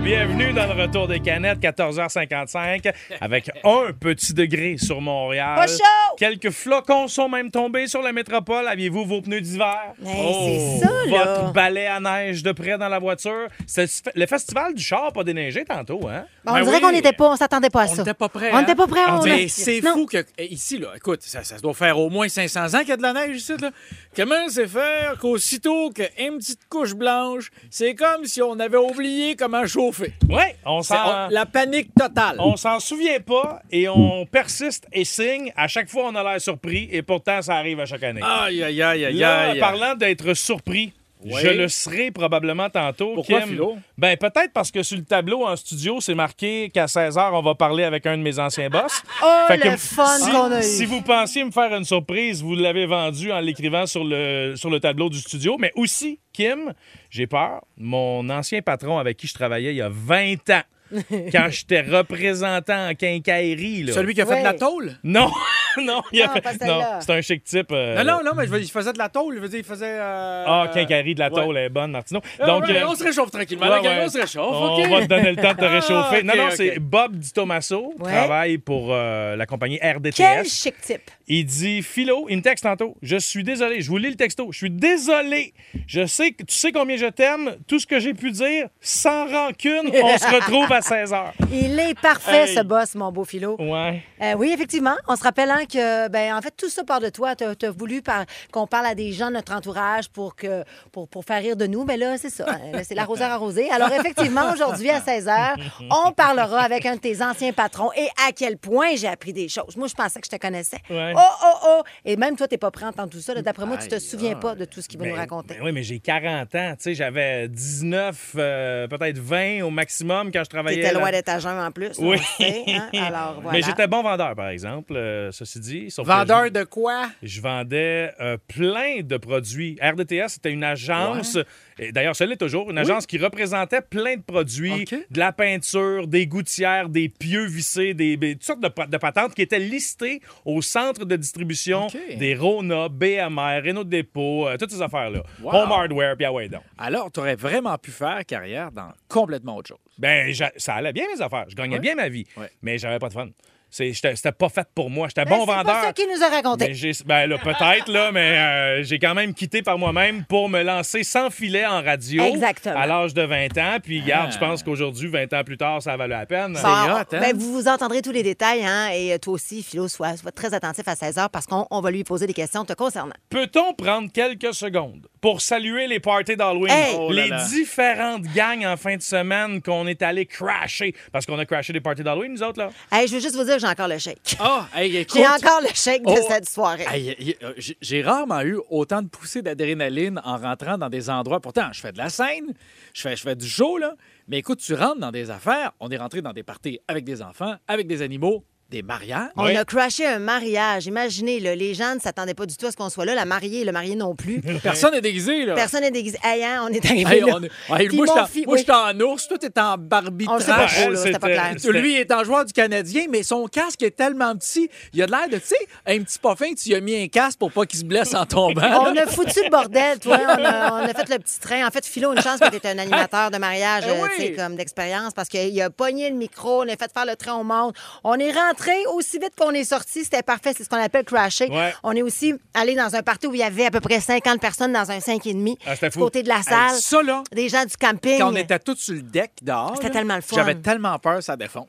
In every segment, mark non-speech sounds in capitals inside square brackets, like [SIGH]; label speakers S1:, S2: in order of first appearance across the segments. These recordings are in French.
S1: Bienvenue dans le retour des canettes, 14h55,
S2: [LAUGHS]
S1: avec un petit degré sur Montréal.
S2: Pas chaud!
S1: Quelques flocons sont même tombés sur la métropole. Aviez-vous vos pneus d'hiver? Oh!
S2: Hey, c'est ça, là.
S1: Votre balai à neige de près dans la voiture. C'est le festival du char pas déneigé tantôt, hein?
S2: Bon, on dirait qu'on n'était pas, on s'attendait pas à ça.
S3: On n'était pas prêt. hein? Ah,
S2: On n'était pas prêt. on-
S3: Mais c'est
S2: Non.
S3: fou que eh, ici là, écoute, ça, ça doit faire au moins 500 ans qu'il y a de la neige ici là. Comment c'est faire qu'aussitôt qu'il y a une petite couche blanche, c'est comme si on avait oublié comment chauffer.
S1: Ouais, on
S3: C'est-
S1: s'en...
S3: on- la panique totale.
S1: On s'en souvient pas et on persiste et signe. À chaque fois, on a l'air surpris et pourtant, ça arrive à chaque année.
S2: Ah,
S3: Aïe aïe aïe aïe
S1: Là,
S3: aïe.
S1: parlant d'être surpris,
S3: Oui.
S1: je le serai probablement tantôt.
S3: Pourquoi,
S1: Kim.
S3: Philo?
S1: Ben, peut-être parce que sur le tableau en studio, c'est marqué qu'à 16h, on va parler avec un de mes anciens boss.
S2: [LAUGHS] Oh,
S1: Fait que
S2: le fun
S1: si,
S2: qu'on a eu.
S1: si vous pensiez me faire une surprise, vous l'avez vendu en l'écrivant sur le, sur le tableau du studio. Mais aussi, Kim, j'ai peur, mon ancien patron avec qui je travaillais il y a 20 ans,
S2: [LAUGHS]
S1: quand j'étais représentant en quincaillerie. Là.
S3: Celui qui a fait
S2: Ouais.
S3: de la tôle.
S1: Non, [LAUGHS] non, il a
S2: Non, Ah,
S1: fait-
S2: pas
S1: [LAUGHS] non,
S2: celle-là.
S1: c'est un chic type. euh,
S3: Non non non, mais je veux dire, il faisait de la tôle, je veux dire, il faisait euh,
S1: ah, quincaillerie de la
S3: ouais.
S1: tôle elle est bonne, Martineau.
S3: Donc,
S1: euh,
S3: on se réchauffe tranquillement.
S1: ouais,
S3: là, gang,
S1: ouais.
S3: On se réchauffe.
S1: On
S3: OK.
S1: va te donner le temps de te réchauffer.
S3: [LAUGHS] Ah,
S1: non,
S3: ok,
S1: non,
S3: ok.
S1: c'est Bob Di Tommaso,
S2: Ouais.
S1: travaille pour euh, la compagnie RDTS.
S2: Quel chic type.
S1: Il dit Philo, il me texte tantôt. Je suis désolé, je vous lis le texto. Je suis désolé. Je sais que tu sais combien je t'aime. Tout ce que j'ai pu dire,
S2: [LAUGHS]
S1: sans rancune, on se retrouve à 16h.
S2: Il est parfait,
S1: Hey.
S2: ce boss, mon beau philo.
S1: Ouais.
S2: Euh, oui, effectivement. On se rappelle hein, que, ben, en fait, tout ça part de toi. Tu as, voulu par- qu'on parle à des gens de notre entourage pour, que, pour, pour faire rire de nous. Mais là, c'est ça. hein. Là, c'est l'arroseur arrosé. Alors, effectivement, aujourd'hui, à 16 h, on parlera avec un de tes anciens patrons et à quel point j'ai appris des choses. Moi, je pensais que je te connaissais.
S1: Ouais.
S2: Oh, oh, oh. Et même toi, tu pas prêt à entendre tout ça. là. D'après moi, tu te souviens pas de tout ce qu'il va
S1: Ben,
S2: nous raconter.
S1: ben oui, mais j'ai 40 ans. Tu sais, j'avais 19, euh, peut-être 20 au maximum quand je travaillais.
S2: T'étais
S1: là-
S2: loin d'être à jeun en plus.
S1: Oui.
S2: on le sait,
S1: [LAUGHS]
S2: hein. Alors, voilà.
S1: Mais j'étais bon vendeur, par exemple, euh, ceci dit. sauf que
S3: Vendeur de quoi
S1: Je vendais euh, plein de produits. RDTS, c'était une agence, et d'ailleurs, celle est toujours, une agence qui représentait plein de produits,
S3: OK.
S1: de la peinture, des gouttières, des pieux vissés, des, des- toutes sortes de, pa- de patentes qui étaient listées au centre de distribution
S3: OK.
S1: des Rona, BMR, Renault Dépôt, euh, toutes ces affaires-là.
S3: Wow.
S1: Home Hardware, puis ah ouais, donc.
S3: Alors, tu aurais vraiment pu faire carrière dans complètement autre chose.
S1: Ben, j'a- ça allait bien mes affaires. Je gagnais bien ma vie,
S3: Ouais.
S1: mais j'avais pas de fun. C'est- j'étais- C'était pas fait pour moi. J'étais
S2: Ben,
S1: bon
S2: c'est
S1: vendeur.
S2: pas ça qu'il nous a raconté.
S1: Mais j'ai- ben là, peut-être, là, mais euh, j'ai quand même quitté par moi-même pour me lancer sans filet en radio.
S2: Exactement.
S1: À l'âge de 20 ans. Puis, regarde, je
S3: Ah.
S1: pense qu'aujourd'hui, 20 ans plus tard, ça valait la peine.
S2: Bon,
S3: C'est hot, hein?
S2: ben, vous vous entendrez tous les détails, hein, et toi aussi, Philo, sois, sois très attentif à 16h parce qu'on on va lui poser des questions te concernant.
S1: Peut-on prendre quelques secondes pour saluer les parties d'Halloween?
S2: Hey!
S3: Oh là
S1: les
S3: là.
S1: différentes gangs en fin de semaine qu'on est allé crasher. Parce qu'on a crashé des parties d'Halloween, nous autres, là.
S2: Hey, je veux juste vous dire que j'ai encore le shake.
S3: Ah, hey, écoute.
S2: J'ai encore le shake de
S3: Oh.
S2: cette soirée.
S3: Hey, y- euh, j- J'ai rarement eu autant de poussées d'adrénaline en rentrant dans des endroits. Pourtant, je fais de la scène, je fais, je fais du show, là. Mais écoute, tu rentres dans des affaires. On est rentré dans des parties avec des enfants, avec des animaux, des mariages.
S2: On
S1: Oui.
S2: a crashé un mariage. Imaginez, là, les gens ne s'attendaient pas du tout à ce qu'on soit là. La mariée et le marié non
S3: [LAUGHS]
S2: plus.
S3: Personne n'est déguisé, là.
S2: Personne n'est déguisé. Hey, hein, on est arrivé
S3: Hey,
S2: là.
S3: on est- hey,
S2: Puis
S3: moi,
S2: mon
S3: j'étais en-
S2: fi-
S3: moi, Ah,
S2: oui.
S3: j'étais en ours, toi, t'es en Barbie
S2: On le sait pas
S3: trash.
S2: trop, là,
S1: Elle,
S2: c'était pas
S1: c'était-
S2: clair.
S1: c'était-
S3: Lui il est en joueur du Canadien, mais son casque est tellement petit. Il a de l'air de, tu sais, un petit parfum, tu lui as mis un casque pour pas qu'il se blesse en tombant. là.
S2: On a foutu le bordel, toi. On a, on a fait le petit train. En fait, Philo, une chance que tu un animateur de mariage,
S3: Eh
S2: euh,
S3: oui.
S2: tu sais, comme d'expérience, parce qu'il a pogné le micro, on a fait faire le train au monde. On est rentré aussi vite qu'on est sorti. C'était parfait. C'est ce qu'on appelle crasher.
S1: Ouais.
S2: On est aussi allé dans un party où il y avait à peu près 50 personnes dans un 5,5
S1: Ah, c'était
S2: du
S1: fou.
S2: côté de la
S3: Hey,
S2: salle.
S3: ça, là,
S2: des gens du camping.
S3: quand on était tous sur le deck dehors.
S2: C'était
S3: là,
S2: tellement le fun.
S3: J'avais tellement peur, ça défonce.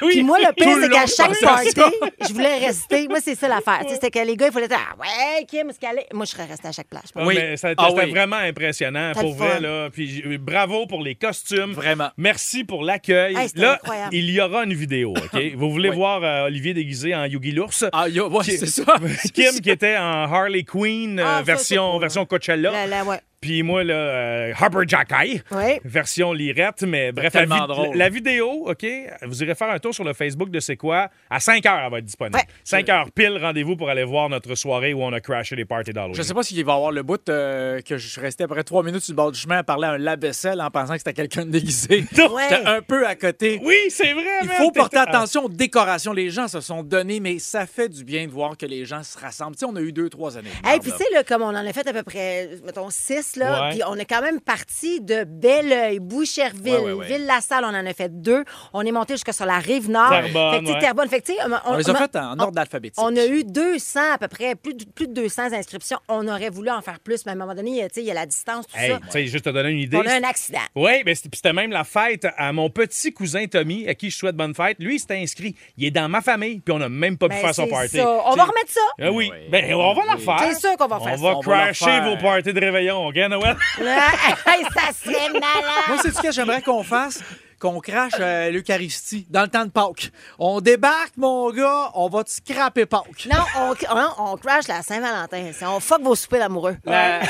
S2: Puis moi, le pire,
S3: Tout le
S2: c'est qu'à
S3: long,
S2: chaque
S3: je pensais à
S2: party, [LAUGHS]
S3: ça.
S2: je voulais rester. Moi, c'est ça l'affaire. Tu sais, C'était que les gars, il fallait dire Ah ouais, Kim, est-ce qu'elle est? Moi, je serais restée à chaque plage. je pense.
S1: Ah,
S3: Oui.
S1: mais ça-
S3: Ah
S1: C'était
S3: oui.
S1: vraiment impressionnant,
S2: T'as
S1: pour
S2: le
S1: vrai.
S2: fun.
S1: Là. Puis, j- bravo pour les costumes.
S3: Vraiment.
S1: Merci pour l'accueil.
S2: Hey, c'était
S1: là,
S2: incroyable.
S1: il y aura une vidéo,
S3: [LAUGHS]
S1: OK? Vous voulez
S3: Oui.
S1: voir euh, Olivier déguisé en Yugi l'ours?
S3: [LAUGHS] Ah, yo, ouais,
S1: Qui-
S3: [LAUGHS] c'est ça.
S1: Kim qui était en Harley Quinn euh,
S2: Ah, ça, c'est hein.
S1: version,
S2: cool.
S1: version Coachella.
S2: Là, là, ouais.
S1: Puis moi, là, euh, Harper Jackai,
S2: Ouais.
S1: version lirette, mais bref, la,
S3: tellement
S1: vid-
S3: drôle.
S1: la vidéo, OK, vous irez faire un tour sur le Facebook de C'est quoi. À 5 heures, elle va être disponible.
S2: Ouais.
S1: 5 heures pile, rendez-vous pour aller voir notre soirée où on a crashé les parties d'Halloween.
S3: Je sais pas s'il va avoir le bout euh, que je suis resté après trois minutes sur le bord du chemin à parler à un lave-vaisselle en pensant que c'était quelqu'un de [LAUGHS] déguisé.
S2: Ouais.
S3: J'étais un peu à côté.
S1: Oui, c'est vrai,
S3: Il
S1: man,
S3: faut
S1: t'étais-
S3: porter attention aux décorations. Les gens se sont donnés, mais ça fait du bien de voir que les gens se rassemblent. Tu sais, on a eu deux, trois années. de
S2: Hey,
S3: merde,
S2: puis
S3: là.
S2: tu sais, là, comme on en a fait à peu près, mettons, six, là,
S1: Ouais.
S2: puis on est quand même parti de Belleuil, Boucherville,
S3: Ouais, ouais, ouais.
S2: Ville-la-Salle, on en a fait deux. On est monté jusque sur la rive nord. fait
S1: Terrebonne,
S2: que, tu sais,
S1: ouais.
S2: Terrebonne. Fait que, tu sais,
S3: On les a
S2: on-
S3: faites hein? en
S2: on-
S3: ordre alphabétique.
S2: On a eu 200 à peu près, plus de, plus de 200 inscriptions. On aurait voulu en faire plus, mais à un moment donné, tu sais, il y a la distance, tout
S1: Hey,
S2: ça.
S1: tu sais, juste te donner une idée.
S2: On a un accident.
S1: Oui, mais c'était puis c'était même la fête à mon petit cousin Tommy, à qui je souhaite bonne fête. Lui, il s'était inscrit. Il est dans ma famille, puis on n'a même pas pu
S2: Ben,
S1: faire son
S2: c'est
S1: party.
S2: ça. On
S1: Tu
S2: va
S1: sais,
S2: remettre ça.
S1: [LAUGHS] Ah oui,
S3: Ouais.
S1: ben on va la faire.
S2: C'est sûr qu'on va faire
S1: on
S2: ça.
S1: Va
S3: On va la
S1: crasher
S3: faire.
S1: vos parties de réveillon, OK,
S2: [LAUGHS]
S1: Noël?
S2: Hey, ça serait
S3: Moi,
S2: malade.
S3: c'est ce que j'aimerais qu'on fasse. Qu'on crache euh, l'Eucharistie dans le temps de Pâques. On débarque, mon gars, on va te scraper Pâques.
S2: Non, on, on, on crash la Saint-Valentin. C'est- On fuck vos soupers d'amoureux.
S3: La-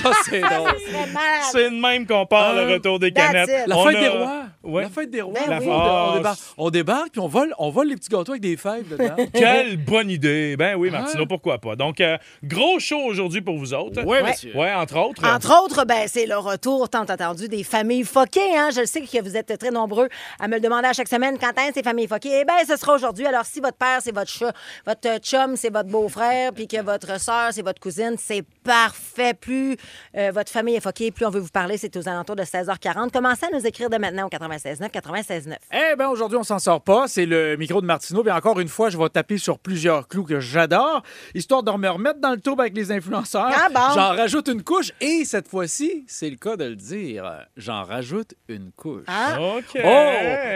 S3: ça, c'est drôle.
S2: Ça serait malade.
S1: C'est de même qu'on part
S3: Ah,
S1: le retour des
S2: Ah. that's
S1: canettes.
S2: it.
S3: La
S1: On
S3: fête
S1: a-
S3: des rois.
S1: Ouais.
S3: La fête des rois.
S2: Ben
S3: La
S2: oui.
S3: fête, on,
S1: Ah,
S3: débarque, on débarque, puis on vole, on vole les petits gâteaux avec des fèves dedans.
S1: Quelle bonne idée! Ben oui, Martino, pourquoi pas? Donc, euh, gros show aujourd'hui pour vous autres.
S3: Ouais, monsieur.
S1: Ouais, entre autres.
S2: Entre autres, ben, c'est le retour tant attendu des familles foquées. Hein? Je le sais que vous êtes très nombreux à me le demander à chaque semaine. Quand est-ce ces familles foquées? Eh bien, ce sera aujourd'hui. Alors, si votre père, c'est votre chat, votre euh, chum, c'est votre beau-frère, puis que votre soeur, c'est votre cousine, c'est parfait. Plus euh, votre famille est foquée, plus on veut vous parler. C'est aux alentours de 16h40. Commencez à nous écrire dès maintenant au 96.9, 96.9.
S3: [LAUGHS] Eh bien, aujourd'hui, on s'en sort pas. C'est le micro de Martineau. Puis encore une fois, je vais taper sur plusieurs clous que j'adore, histoire de me remettre dans le tour avec les influenceurs.
S2: Ah bon?
S3: J'en rajoute une couche. Et cette fois-ci, c'est le cas de le dire, euh, j'en rajoute une couche.
S2: Hein?
S1: OK.
S3: Oh!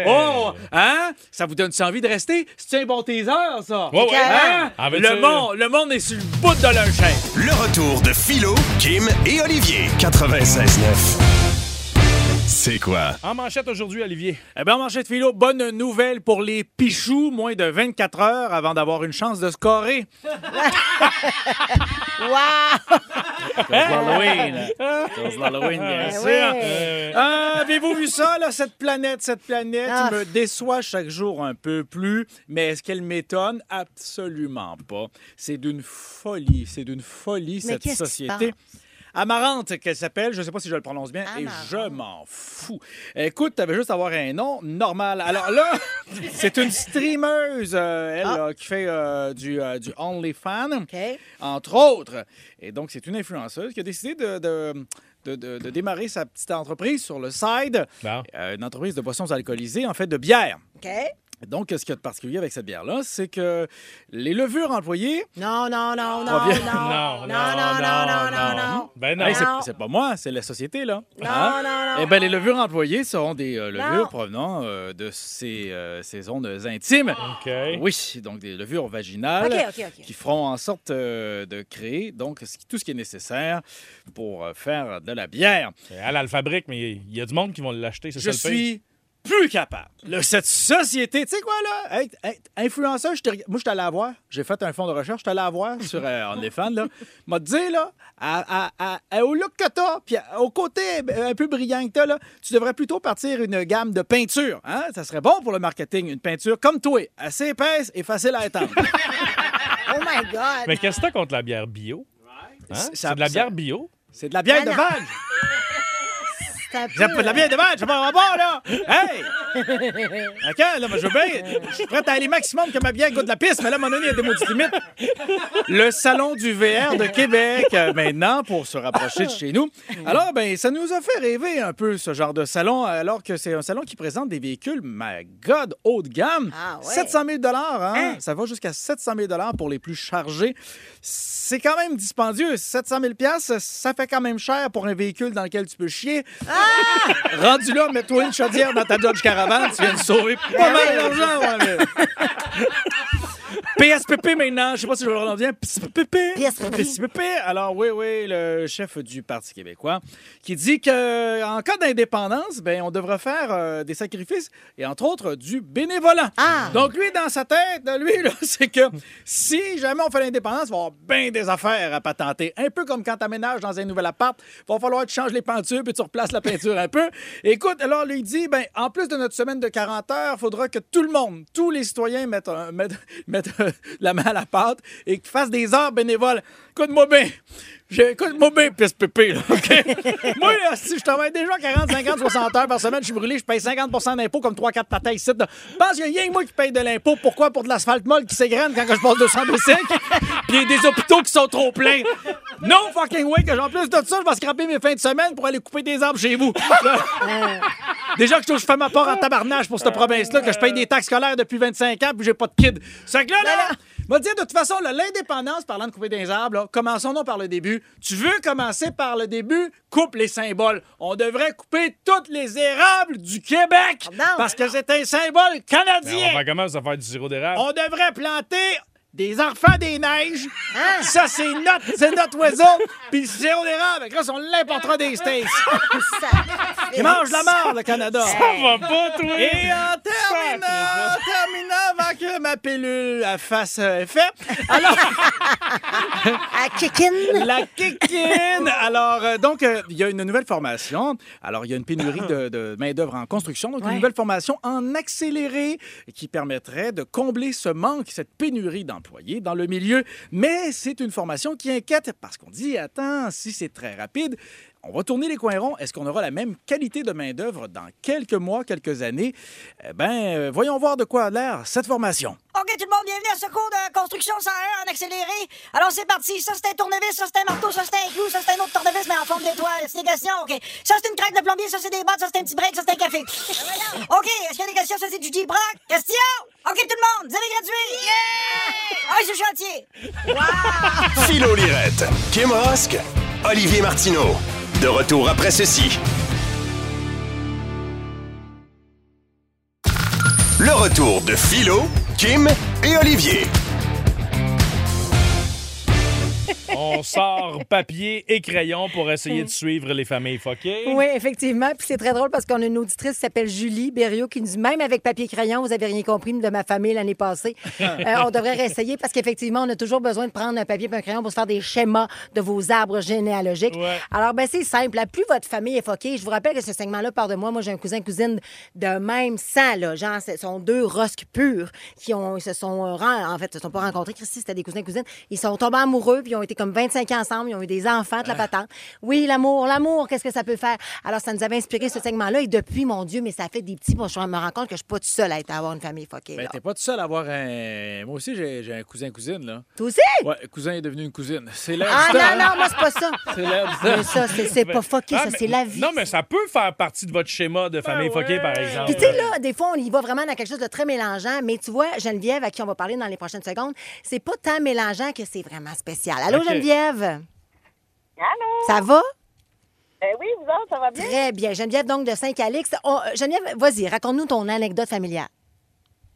S3: Oh! Hein? Ça vous donne-tu envie de rester? C'est un bon teaser, ça?
S1: Ouais, ouais.
S3: Hein?
S1: Ah, ben,
S3: le,
S1: tu-
S3: monde, le monde est sur le bout de leur chaîne.
S4: Le retour de Philo, Kim et Olivier. 96.9. C'est quoi?
S1: En manchette aujourd'hui, Olivier.
S3: Eh bien, Manchette Philo, bonne nouvelle pour les Pichoux, moins de 24 heures avant d'avoir une chance de scorer.
S2: Oh. Wow!
S3: Cause d'Halloween, là. Cause d'Halloween, bien
S2: Ben
S3: sûr.
S2: oui.
S1: Euh,
S3: Ah, Avez-vous vu ça, là, cette planète, cette planète?
S2: Ah.
S3: qui me déçoit chaque jour un peu plus, mais est-ce qu'elle m'étonne? Absolument pas. C'est d'une folie, c'est d'une folie,
S2: Mais
S3: cette
S2: qu'est-ce qui se
S3: société. Amarante, qu'elle s'appelle, je ne sais pas si je le prononce bien, et je m'en fous. Écoute, t'avais juste à avoir un nom normal.
S2: [LAUGHS]
S3: Alors là, c'est une streameuse, euh, elle, là, qui fait euh, du, euh, du OnlyFans
S2: Ah. OK.
S3: entre autres. Et donc, c'est une influenceuse qui a décidé de, de- de- de- de démarrer sa petite entreprise sur le side,
S1: bon.
S3: Euh, une entreprise de boissons alcoolisées, en fait, de bière.
S2: OK.
S3: Donc, ce qu'il y a de particulier avec cette bière-là, c'est que les levures employées...
S2: Non, non, non, non,
S3: Pas
S2: non.
S3: bien.
S2: Non, non, non, non, non, Hein? non.
S1: Ben non.
S3: Hey, c'est,
S2: Non.
S3: c'est pas moi, c'est la société, là.
S2: Non, non, non.
S3: Eh bien, les levures employées seront des euh, levures
S2: Non.
S3: provenant euh, de ces, euh, ces zones intimes.
S1: OK.
S3: Oui, donc des levures vaginales
S2: OK, OK, OK.
S3: qui feront en sorte euh, de créer donc ce qui- tout ce qui est nécessaire pour euh, faire de la bière.
S1: À l'alfabrique, mais il y a du monde qui vont l'acheter, c'est
S3: Je
S1: ça le pire.
S3: suis plus capable. Le- cette société, tu sais quoi là, Hey, hey, influenceur, je te reg- moi je suis allé la voir, j'ai fait un fonds de recherche, je suis allé la voir sur euh,
S1: [LAUGHS]
S3: OnlyFans là, m'a dit là, à- à- à- à- au look que t'as, puis à- au côté euh, un peu brillant que t'as là, tu devrais plutôt partir une gamme de peinture, hein? ça serait bon pour le marketing, une peinture comme toi, assez épaisse et facile à
S2: [LAUGHS]
S3: étendre.
S2: Oh my God.
S1: Mais qu'est-ce que t'as contre la bière bio? Hein?
S3: Ça-
S1: C'est de la
S3: ça-
S1: bière bio?
S3: C'est de la
S2: Ben
S3: bière de
S2: non.
S3: vague.
S2: C'est un peu- hein.
S3: Vous êtes pas de la bière de vache, je pas rapport, là! Hey!
S2: [LAUGHS]
S3: OK, là, moi, je veux bien. Je suis prêt à aller maximum que ma bière goûte la piste, mais là, à un moment donné, il y a des maudites limites. Le Salon du VR de Québec, euh, maintenant, pour se rapprocher de chez nous. Alors, ben, ça nous a fait rêver un peu, ce genre de salon, alors que c'est un salon qui présente des véhicules, my God, haut de gamme.
S2: Ah ouais.
S3: 700 700 000 hein? Ça va jusqu'à 700 000 pour les plus chargés. C'est quand même dispendieux. 700 000 ça fait quand même cher pour un véhicule dans lequel tu peux chier. Rendu là, mets-toi une chaudière dans ta Dodge Caravan, tu viens de sauver pas mal d'argent. ouais, mais- PSPP maintenant, je sais pas si je vais le hein. prononcer bien. PSPP.
S2: PSPP.
S3: PSPP. Alors oui, oui, le chef du Parti québécois qui dit que en cas d'indépendance, ben on devra faire euh, des sacrifices et entre autres du bénévolat.
S2: Ah.
S3: Donc lui dans sa tête, là, lui [LAUGHS] là, c'est que si jamais on fait l'indépendance, il va y avoir bien des affaires à patenter, un peu comme quand tu aménages dans un nouvel appart, va falloir que tu changes les pentures puis tu replaces la peinture un peu. Écoute, alors lui il dit ben en plus de notre semaine de 40 heures, faudra que tout le monde, tous les citoyens mettent, un- mettent- [LAUGHS] mettent, euh, la main à la pâte et qu'ils fassent des heures bénévoles. Écoute-moi bien. Je- Écoute-moi bien, PSPP, là, OK? [LAUGHS] Moi, là, si je travaille déjà 40, 50, 60 heures par semaine, je suis brûlé, je paye 50 d'impôts comme 3-4 patins ici. là. Je pense qu'il y a rien que moi qui paye de l'impôt. Pourquoi? Pour de l'asphalte molle qui s'égrène quand que je passe 200 sec, [LAUGHS] puis des hôpitaux qui sont trop pleins. Non fucking way que, en plus de ça, je vais scraper mes fins de semaine pour aller couper des arbres chez [LAUGHS] vous. Déjà que je touche- je fais ma part en tabarnage pour cette province-là, que je paye des taxes scolaires depuis 25 ans, puis j'ai pas de kid. C'est que là, là, va dire de toute façon, là, l'indépendance, parlant de couper des arbres, là, commençons donc par le début. Tu veux commencer par le début, coupe les symboles. On devrait couper toutes les érables du Québec
S2: Pardon?
S3: parce que c'est un symbole
S1: Ben, on
S3: canadien.
S1: va commencer à faire du sirop d'érable. [LAUGHS]
S3: On devrait planter des enfants des neiges.
S2: Hein?
S3: Ça, c'est notre, c'est notre oiseau. Puis le sirop d'érable, avec là, on l'importera des States. [LAUGHS] Il mange la mort, le Canada.
S1: Ça va pas, toi!
S3: Et en terminant,
S1: Sacre,
S3: en terminant avant que ma pilule euh, fasse euh, effet, alors,
S2: À Kikin.
S3: la kikine! Alors, euh, donc, euh, il y a une nouvelle formation. Alors, il y a une pénurie de, de main-d'œuvre en construction. Donc,
S2: Ouais.
S3: une nouvelle formation en accéléré qui permettrait de combler ce manque, cette pénurie d'employés dans le milieu. Mais c'est une formation qui inquiète parce qu'on dit, attends, si c'est très rapide, on va tourner les coins ronds. Est-ce qu'on aura la même qualité de main-d'œuvre dans quelques mois, quelques années? Eh bien, voyons voir de quoi a l'air cette formation.
S5: OK, tout le monde, bienvenue à ce cours de construction 101 en accéléré. Alors, c'est parti. Ça, c'est un tournevis, ça, c'est un marteau, ça, c'est un clou, ça, c'est un autre tournevis, mais en forme d'étoile. C'est des questions, OK. Ça, c'est une craque de plombier, ça, c'est des bottes, ça, c'est un petit break, ça, c'est un café. OK, est-ce qu'il y a des questions? Ça, c'est du J-Brock. Question! OK, tout le monde, vous avez gradué! Yeah! Ah, c'est chantier!
S4: Philo Lirette, Kim Rosk, Olivier Martineau. De retour après ceci. Le retour de Philo, Kim et Olivier.
S1: On sort papier et crayon pour essayer de suivre les familles fuckées.
S2: Oui, effectivement. Puis c'est très drôle parce qu'on a une auditrice qui s'appelle Julie Berriot qui nous dit même avec papier et crayon, vous avez rien compris de ma famille l'année
S3: [LAUGHS]
S2: passée. Euh, on devrait réessayer parce qu'effectivement, on a toujours besoin de prendre un papier et un crayon pour se faire des schémas de vos arbres généalogiques.
S1: Ouais.
S2: Alors, ben c'est simple. là. plus votre famille est foquée, je vous rappelle que ce segment-là part de moi. Moi, j'ai un cousin, cousine de même sang, là. Genre, ce sont deux rosques purs qui ont, ils se sont, euh, ren- en fait, se sont pas rencontrés. Christy, c'était des cousins, cousines. Ils sont tombés amoureux, puis ils ont été comme 25 ans ensemble. Ils ont eu des
S3: Ah.
S2: enfants, de la patente. Oui, l'amour, l'amour, qu'est-ce que ça peut faire? Alors, ça nous avait inspiré ce segment-là. Et depuis, mon Dieu, mais ça fait des petits. Moi, je me rends compte que je suis pas toute seule à être à avoir une famille foquée,
S3: Ben,
S2: là.
S3: t'es pas tout seul à avoir un. Moi aussi, j'ai j'ai un cousin-cousine, là.
S2: Toi aussi?
S3: Ouais, cousin est devenu une cousine. C'est l'air
S2: Ah,
S3: du temps,
S2: non,
S3: hein?
S2: non, moi, c'est pas ça.
S3: [LAUGHS] C'est Ben, l'air du temps.
S2: Mais ça, c'est c'est pas foqué,
S1: Ah,
S2: ça,
S1: mais-
S2: c'est la vie.
S1: Non, mais ça peut faire partie de votre schéma
S3: Ben
S1: de famille fuckée, par
S3: Ah
S1: exemple.
S2: Puis tu sais, là, des fois, on y va vraiment dans quelque chose de très mélangeant, mais tu vois, Geneviève, à qui on va parler dans les prochaines secondes, c'est pas tant mélangeant que c'est vraiment spécial. Allô,
S1: OK.
S2: Geneviève?
S6: Allô?
S2: Ça va?
S6: Ben oui, vous autres, ça va bien?
S2: Très bien. Geneviève, donc, de Saint-Calix. On- euh, Geneviève, vas-y, raconte-nous ton anecdote familiale.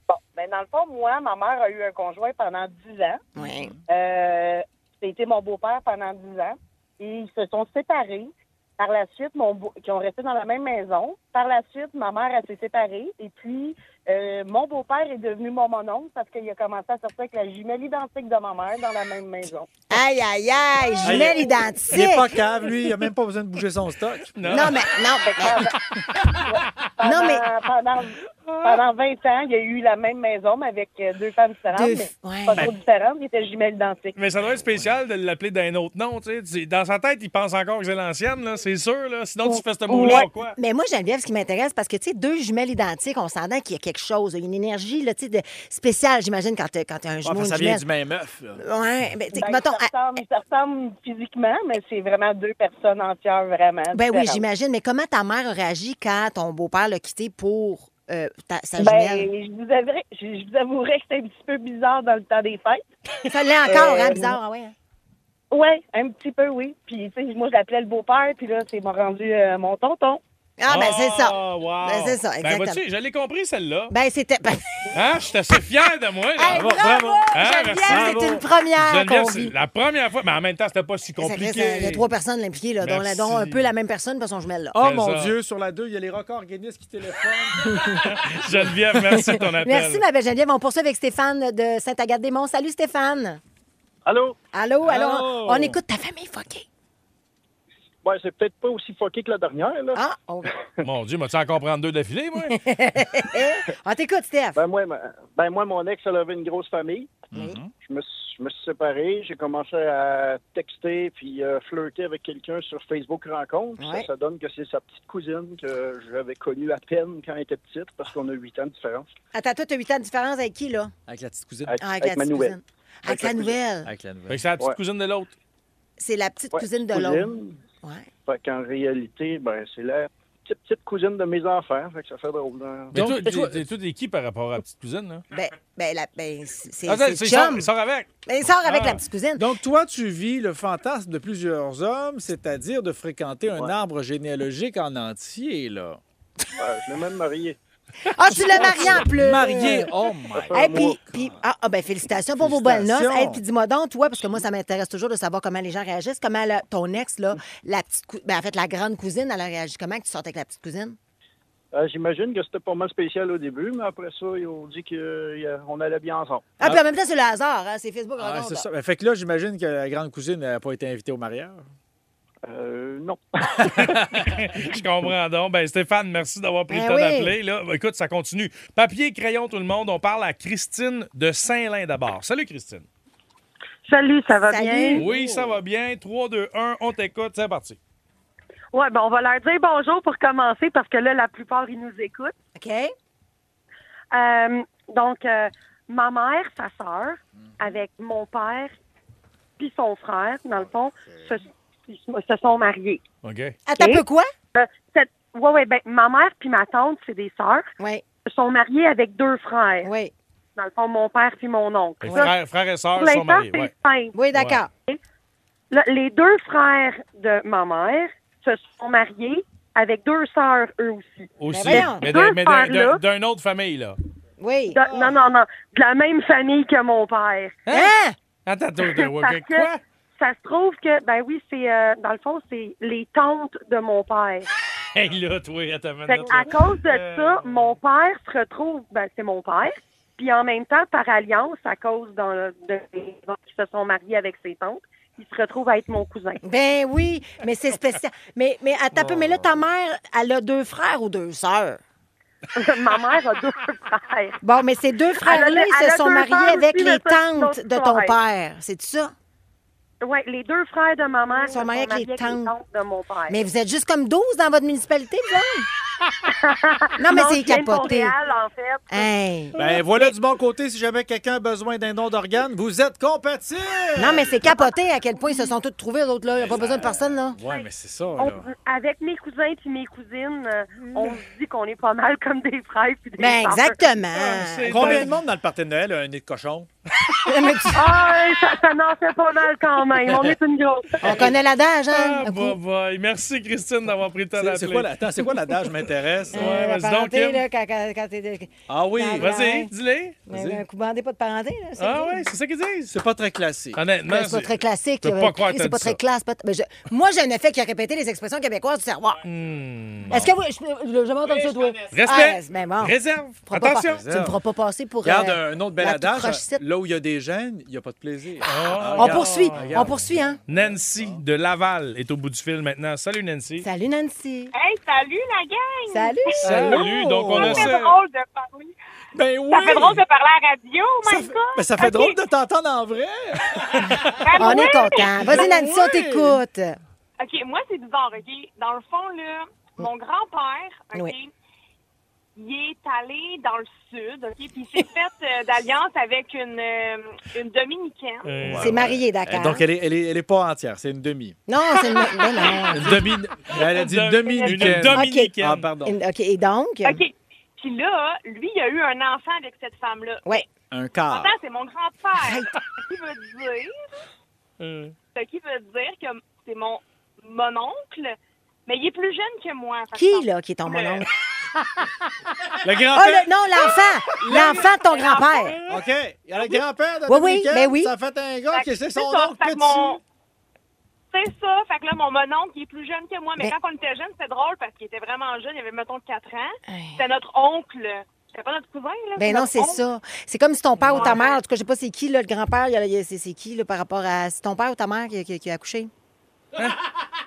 S6: Bon, ben dans le fond, moi, ma mère a eu un conjoint pendant 10 ans.
S2: Oui.
S6: Euh, C'était mon beau-père pendant 10 ans. Et ils se sont séparés. Par la suite, mon beau... qui ont resté dans la même maison. Par la suite, ma mère, elle s'est séparée. Et puis, euh, mon beau-père est devenu mon mononcle parce qu'il a commencé à sortir avec la jumelle identique de ma mère dans la même maison.
S2: Aïe, aïe, aïe, je mets
S3: Il est pas
S2: l'identique.
S3: cave, lui. Il a même pas besoin de bouger son stock.
S2: Non, mais, non, mais-
S6: Pendant,
S2: Non, mais-
S6: pendant, pendant 20 ans, il a eu la même maison, mais avec euh, deux femmes différentes.
S2: Deux-
S6: mais
S3: Ben,
S2: ouais.
S6: Pas trop différentes, ils étaient jumelles identiques.
S1: Mais ça doit être spécial de l'appeler d'un autre nom. tu sais. C'est- Dans sa tête, il pense encore que c'est l'ancienne, là, c'est sûr. Là. Sinon, tu fais ce mot-là,
S6: Ouais.
S1: quoi.
S2: mais moi, Geneviève, ce qui m'intéresse, parce que, tu sais, deux jumelles identiques, on s'entend qu'il y a quelque chose, il y a une énergie, là, tu sais, de- spéciale, j'imagine, quand t'as quand t'as un
S3: Ah,
S2: jumeau,
S3: enfin,
S2: une
S3: ça vient
S2: jumelle.
S3: du même œuf. là.
S2: Ouais, ben, tu sais,
S6: Ben,
S2: mettons,
S6: ils, se ressemblent, ils se ressemblent physiquement, mais c'est vraiment deux personnes entières, vraiment.
S2: Ben oui,
S6: différentes.
S2: j'imagine. Mais comment ta mère a réagi quand ton beau-père l'a quitté pour euh, ta- sa jumelle?
S6: Ben, je vous, avouerai, je, je vous avouerai que c'était un petit peu bizarre dans le temps des fêtes.
S2: Ça l'est encore, hein,
S6: euh,
S2: bizarre, ah ouais. hein?
S6: Oui, un petit peu, oui. Puis, tu sais, moi, je l'appelais le beau-père, puis là, c'est m'a rendu euh, mon tonton.
S2: Ah, ben, c'est ça.
S1: wow.
S2: Ben, c'est ça,
S1: Ben,
S2: exactement.
S1: vois-tu, je l'ai compris, celle-là.
S2: Ben, c'était. [LAUGHS] Ben,
S1: Hein? Je suis assez fier de moi. là.
S2: hey, bravo!
S1: Hein,
S2: Geneviève,
S1: merci.
S2: c'est une première
S1: Geneviève,
S2: qu'on
S1: c'est
S2: vit.
S1: la première fois, mais en même temps, c'était pas si
S2: Ça fait- ça-
S1: compliqué.
S2: Il y a trois personnes impliquées, là, dont, la-
S1: Merci.
S2: dont un peu la même personne, pas son jumelle. Là.
S3: Oh
S1: C'est
S3: mon
S1: ça.
S3: Dieu, sur la 2, il y a les records Guinness qui téléphonent.
S1: Geneviève, merci de ton
S2: [LAUGHS]
S1: appel.
S2: Merci, ma belle Geneviève. On poursuit avec Stéphane de Sainte-Agathe-des-Monts. Salut, Stéphane.
S7: Allô?
S2: Allô, allô.
S1: Allô.
S2: On, on écoute ta famille fuckée.
S7: Ouais, c'est peut-être pas aussi fucké que la dernière, là.
S2: Ah, on,
S1: Mon Dieu, m'as-tu encore prendre deux d'affilée, moi?
S2: on t'écoute, Ah, Steph.
S7: Ben, moi, ma- ben, moi, mon ex, elle avait une grosse famille.
S2: Mm-hmm.
S7: Je me, suis- je me suis séparé, j'ai commencé à texter puis euh, flirter avec quelqu'un sur Facebook rencontre. Puis
S2: Ouais.
S7: Ça, ça donne que c'est sa petite cousine que j'avais connue à peine quand elle était petite parce qu'on a 8 ans de différence.
S2: Attends, toi, t'as 8 ans de différence avec qui, là?
S3: Avec la petite cousine.
S7: Avec,
S2: Ah,
S7: avec
S2: la
S7: ma
S2: petite
S7: nouvelle.
S2: cousine. Avec
S7: Avec
S2: la
S7: la
S2: nouvelle.
S3: Avec la nouvelle.
S1: Fait que c'est la petite
S7: Ouais.
S1: cousine de l'autre.
S2: C'est la petite
S7: Ouais,
S2: cousine de l'autre.
S7: cousine.
S2: Ouais.
S7: Fait qu'en réalité, ben, c'est la petite, petite cousine de mes enfants. Fait que ça fait drôle. hein.
S1: Mais
S3: Donc,
S1: toi,
S3: toi-
S1: t'es- t'es- toi, t'es qui par rapport à la petite cousine, là? Ah,
S2: Ben, ben, la- ben, c'est c'est
S3: Ah,
S1: Attends,
S2: c'est
S1: il sort,
S2: chum.
S1: il sort avec.
S2: Ben, il sort avec
S1: Ah.
S2: la petite cousine.
S3: Donc, toi, tu vis le fantasme de plusieurs hommes, c'est-à-dire de fréquenter un arbre généalogique en entier, là.
S7: Ouais, Ben, je l'ai même marié.
S2: Ah, tu l'as marié en plus.
S3: Marié,
S2: [LAUGHS]
S3: oh my
S2: Et
S7: Hey,
S2: puis, puis- ah, ah, ben, félicitations pour vos bonnes noces.
S3: Félicitations.
S2: Et puis dis-moi donc, toi, parce que moi, ça m'intéresse toujours de savoir comment les gens réagissent. Comment la- ton ex, là, la petite cou- ben, en fait, la grande cousine, elle a réagi comment que tu sortais avec la petite cousine?
S7: Euh, J'imagine que c'était pas mal spécial au début, mais après ça, ils ont dit euh, qu'on allait bien ensemble.
S2: Ah, puis en même temps, c'est le hasard, hein, c'est Facebook
S3: Ah,
S2: rencontre.
S3: c'est ça. Ben, fait que là, j'imagine que la grande cousine n'a pas été invitée au mariage.
S7: Euh, non.
S1: Je comprends donc. Ben, Stéphane, merci d'avoir pris
S2: Ben
S1: le temps
S2: oui.
S1: d'appeler. Là. Écoute, ça continue. Papier, crayon, tout le monde. On parle à Christine de Saint-Lin d'abord. Salut, Christine.
S6: Salut, ça va
S2: Salut.
S6: bien?
S1: Oui, ça va bien. 3, 2, 1, on t'écoute. C'est parti.
S6: Ouais, ben on va leur dire bonjour pour commencer parce que là, la plupart, ils nous écoutent.
S2: OK?
S6: Euh, donc, euh, ma mère, sa sœur,
S1: Mhm.
S6: avec mon père, puis son frère, dans
S1: Ah,
S6: le fond, se, ils se sont mariés.
S1: OK.
S2: Attends un Ah, peu quoi?
S6: Euh, cette- ouais, ouais, ben, ma mère puis ma tante, c'est des sœurs,
S2: Oui,
S6: sont mariées avec deux frères.
S2: oui.
S6: Dans le fond, mon père puis mon oncle.
S1: Fait que
S6: Ça,
S1: Frère, frère et
S6: pour
S1: sœur sont
S6: l'instant, Ben
S1: mariés.
S6: c'est
S1: ouais.
S6: simple.
S2: Oui, d'accord.
S6: Là, les deux frères de ma mère se sont mariés avec deux sœurs, eux aussi.
S1: Aussi.
S2: Mais voyons.
S1: Mais, d'un-
S6: Deux
S1: mais d'un- d'un-
S6: frères-là.
S1: d'une autre famille, là.
S2: Oui.
S6: De- Non, non, non. De la même famille que mon père.
S2: Hein?
S1: Attends, attends, attends, ouais,
S6: [LAUGHS] Parce
S1: OK.
S6: que
S1: quoi?
S6: ça se trouve que, ben oui, c'est euh, dans le fond, c'est les tantes de mon père.
S1: Hey, là, toi, attends, une
S6: Fait
S1: minute, là.
S6: à cause de
S1: Euh.
S6: ça, mon père se retrouve, ben c'est mon père, puis en même temps, par alliance, à cause dans le- de qui se sont mariés avec ses tantes, il se retrouve à être mon cousin. [LAUGHS]
S2: Ben oui, mais c'est spécial. mais, mais attends un peu, mais là, ta mère, elle a deux frères ou deux sœurs?
S6: Ma mère a deux frères.
S2: Bon, mais ces deux frères-là,
S6: Elle a-
S2: ils
S6: elle
S2: se
S6: a
S2: sont
S6: deux
S2: mariés
S6: sœurs
S2: avec
S6: aussi,
S2: les
S6: mais ça, c'est une autre
S2: tantes de ton
S6: histoire.
S2: père. C'est ça?
S6: Ouais, les deux frères de ma mère
S2: Ils
S6: se
S2: sont mariés avec les tantes.
S6: de mon père.
S2: Mais vous êtes juste comme 12 dans votre municipalité, vous
S6: [LAUGHS]
S2: autres? Non, mais
S6: Non,
S2: c'est
S6: je viens de
S2: capoté. Hein?
S6: Montréal, en fait.
S2: Hey.
S3: Ben voilà du bon côté, si jamais quelqu'un a besoin d'un don d'organe, vous êtes compatible!
S2: Non, mais c'est capoté à quel point ils se sont tous trouvés, l'autre, là. Il n'y a pas besoin de personne, là.
S3: Ouais, mais c'est ça,
S6: On-
S3: là.
S6: avec mes cousins puis mes cousines, euh, on se dit qu'on est pas mal comme des frères puis des
S2: Mm. Ben,
S6: sœurs.
S1: Ah,
S2: exactement.
S3: Combien de monde dans le party de Noël a un nez de cochon?
S2: Mais tu-
S6: Ah, ça, ça n'en fait pas mal quand même. On est une grosse.
S2: On connaît l'adage, hein?
S1: Ah,
S2: un coup.
S1: bye bye. Merci, Christine, d'avoir pris le temps
S3: C'est
S1: d'appeler.
S3: c'est quoi, la- attends, c'est quoi l'adage, m'intéresse?
S2: Euh,
S1: Ouais,
S2: la
S1: Ah, vas-y donc,
S2: parenté,
S1: Kim.
S2: là, quand, quand- quand t'es de-
S3: Ah oui,
S2: Ben,
S1: Vas-y,
S2: Ouais.
S1: dis-les.
S2: Mais Un coup bandé, pas de parenté, là. c'est
S1: Ah
S2: bien.
S1: ouais, c'est ça qu'ils disent.
S3: c'est pas très classique.
S1: Honnêtement,
S2: Ben, C'est pas très classique.
S1: Je peux
S2: là.
S1: pas croire que t'as
S2: C'est pas
S1: dit
S2: très
S1: ça.
S2: classe. pas- ben, je- Moi, j'ai un effet qui a répété les expressions québécoises du savoir.
S1: Hmm.
S2: Est-ce que vous. Je je- j'ai jamais entendu ça, toi.
S1: Respect.
S2: Ah, ben bon.
S1: Réserve.
S2: Feras pas
S1: Attention.
S2: pa- tu me feras pas passer pour.
S3: Regarde
S2: euh,
S3: un autre bel
S2: la
S3: adage.
S2: toute croche-cite.
S3: Là où il y a des gènes, il n'y a pas de plaisir.
S2: On
S3: Ah, Regarde.
S2: poursuit. On
S3: Regarde.
S2: poursuit, hein?
S1: Nancy de Laval est au bout du fil maintenant. Salut Nancy.
S2: Salut, Nancy.
S8: [LAUGHS] Hey, salut la gang!
S2: Salut.
S1: Salut. Donc on a
S8: Ça fait
S1: ça.
S8: drôle de parler.
S3: Ben oui!
S8: Ça fait drôle de parler à la radio,
S3: Ça
S8: my
S3: fait-
S8: God!
S3: ben, ça fait
S8: Ok,
S3: drôle de t'entendre en vrai!
S8: ben
S2: On
S8: oui.
S2: est content. Vas-y, Nancy, on t'écoute.
S8: OK, moi, c'est bizarre, OK? Dans le fond, là, mon grand-père, OK,
S2: Mm. Oui.
S8: il est allé dans le sud, OK, puis il s'est [LAUGHS] fait euh, d'alliance avec une, euh, une Dominicaine.
S1: Euh,
S2: C'est marié,
S3: Euh,
S2: d'accord.
S3: Donc, elle est, elle, est, elle est pas entière, c'est une demi.
S2: Non, c'est une. Ben non.
S3: [LAUGHS] Une demi. Elle a dit une demi
S1: Une
S3: nickel.
S1: dominicaine.
S3: Ah, pardon.
S2: Une- OK, et donc?
S8: OK. Puis là, lui, il a eu un enfant avec cette femme-là.
S2: Ouais.
S3: Un quart.
S8: Pourtant, c'est mon grand-père. Ce qui veut dire,
S1: Euh,
S3: Mm.
S8: ce qui veut dire que c'est mon, mon oncle Mais il est plus jeune que moi. par
S2: Qui,
S8: exemple.
S2: là, qui est ton
S8: Le-
S2: mononcle?
S3: Le
S2: Oh,
S3: grand-père.
S2: le- non, l'enfant! L'enfant de ton grand-père!
S3: OK. Il y a le grand-père de
S2: Ah Oui, oui,
S3: Dominicaine,
S2: ben oui.
S3: Ça fait un gars
S8: Fait
S3: qui
S8: que
S3: c'est son
S8: ça,
S3: oncle
S8: fait que
S3: petit.
S8: mon- C'est ça. Fait que là, mon mononcle, il est plus jeune que moi. Mais,
S2: Mais-
S8: quand on était jeune, c'était drôle parce qu'il était vraiment jeune. Il avait, mettons, 4 ans.
S2: Hey.
S8: C'était notre oncle. C'était pas notre cousin, là.
S2: Ben non,
S8: notre
S2: c'est
S8: oncle.
S2: ça. C'est comme si ton père ou ta
S8: Ouais.
S2: mère, en tout cas, je sais pas c'est qui, là, le grand-père, il y a- il y a- c'est c'est qui, là, par rapport à. C'est ton père ou ta mère qui, qui- qui a accouché?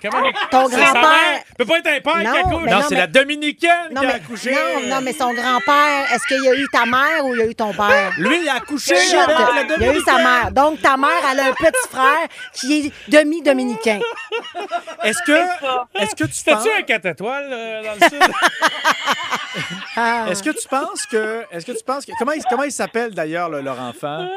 S1: Comment?
S2: Ton
S1: C'est sa
S2: Ah, bah. grand-père.
S1: mère. Peut pas être un père
S2: Non,
S1: qui accouche.
S2: ben
S3: Non,
S2: non,
S3: c'est
S2: mais-
S3: la Dominicaine
S2: Non
S3: qui a
S2: mais,
S3: accouché.
S2: non, non, mais son grand-père, est-ce qu'il y a eu ta mère ou il y a eu ton père?
S3: Lui, il a accouché
S2: Chut!
S3: avec la
S2: Il y a eu sa
S3: Dominicaine.
S2: mère. Donc, ta mère, elle a un petit frère qui est demi-dominicain.
S3: Est-ce que, est-ce que tu penses...
S1: T'as-tu un 4 étoiles euh,
S2: [LAUGHS]
S1: dans le sud?
S2: Ah.
S3: Est-ce que tu penses que. Est-ce que tu penses que. Comment il, comment il s'appelle d'ailleurs, le- leur enfant?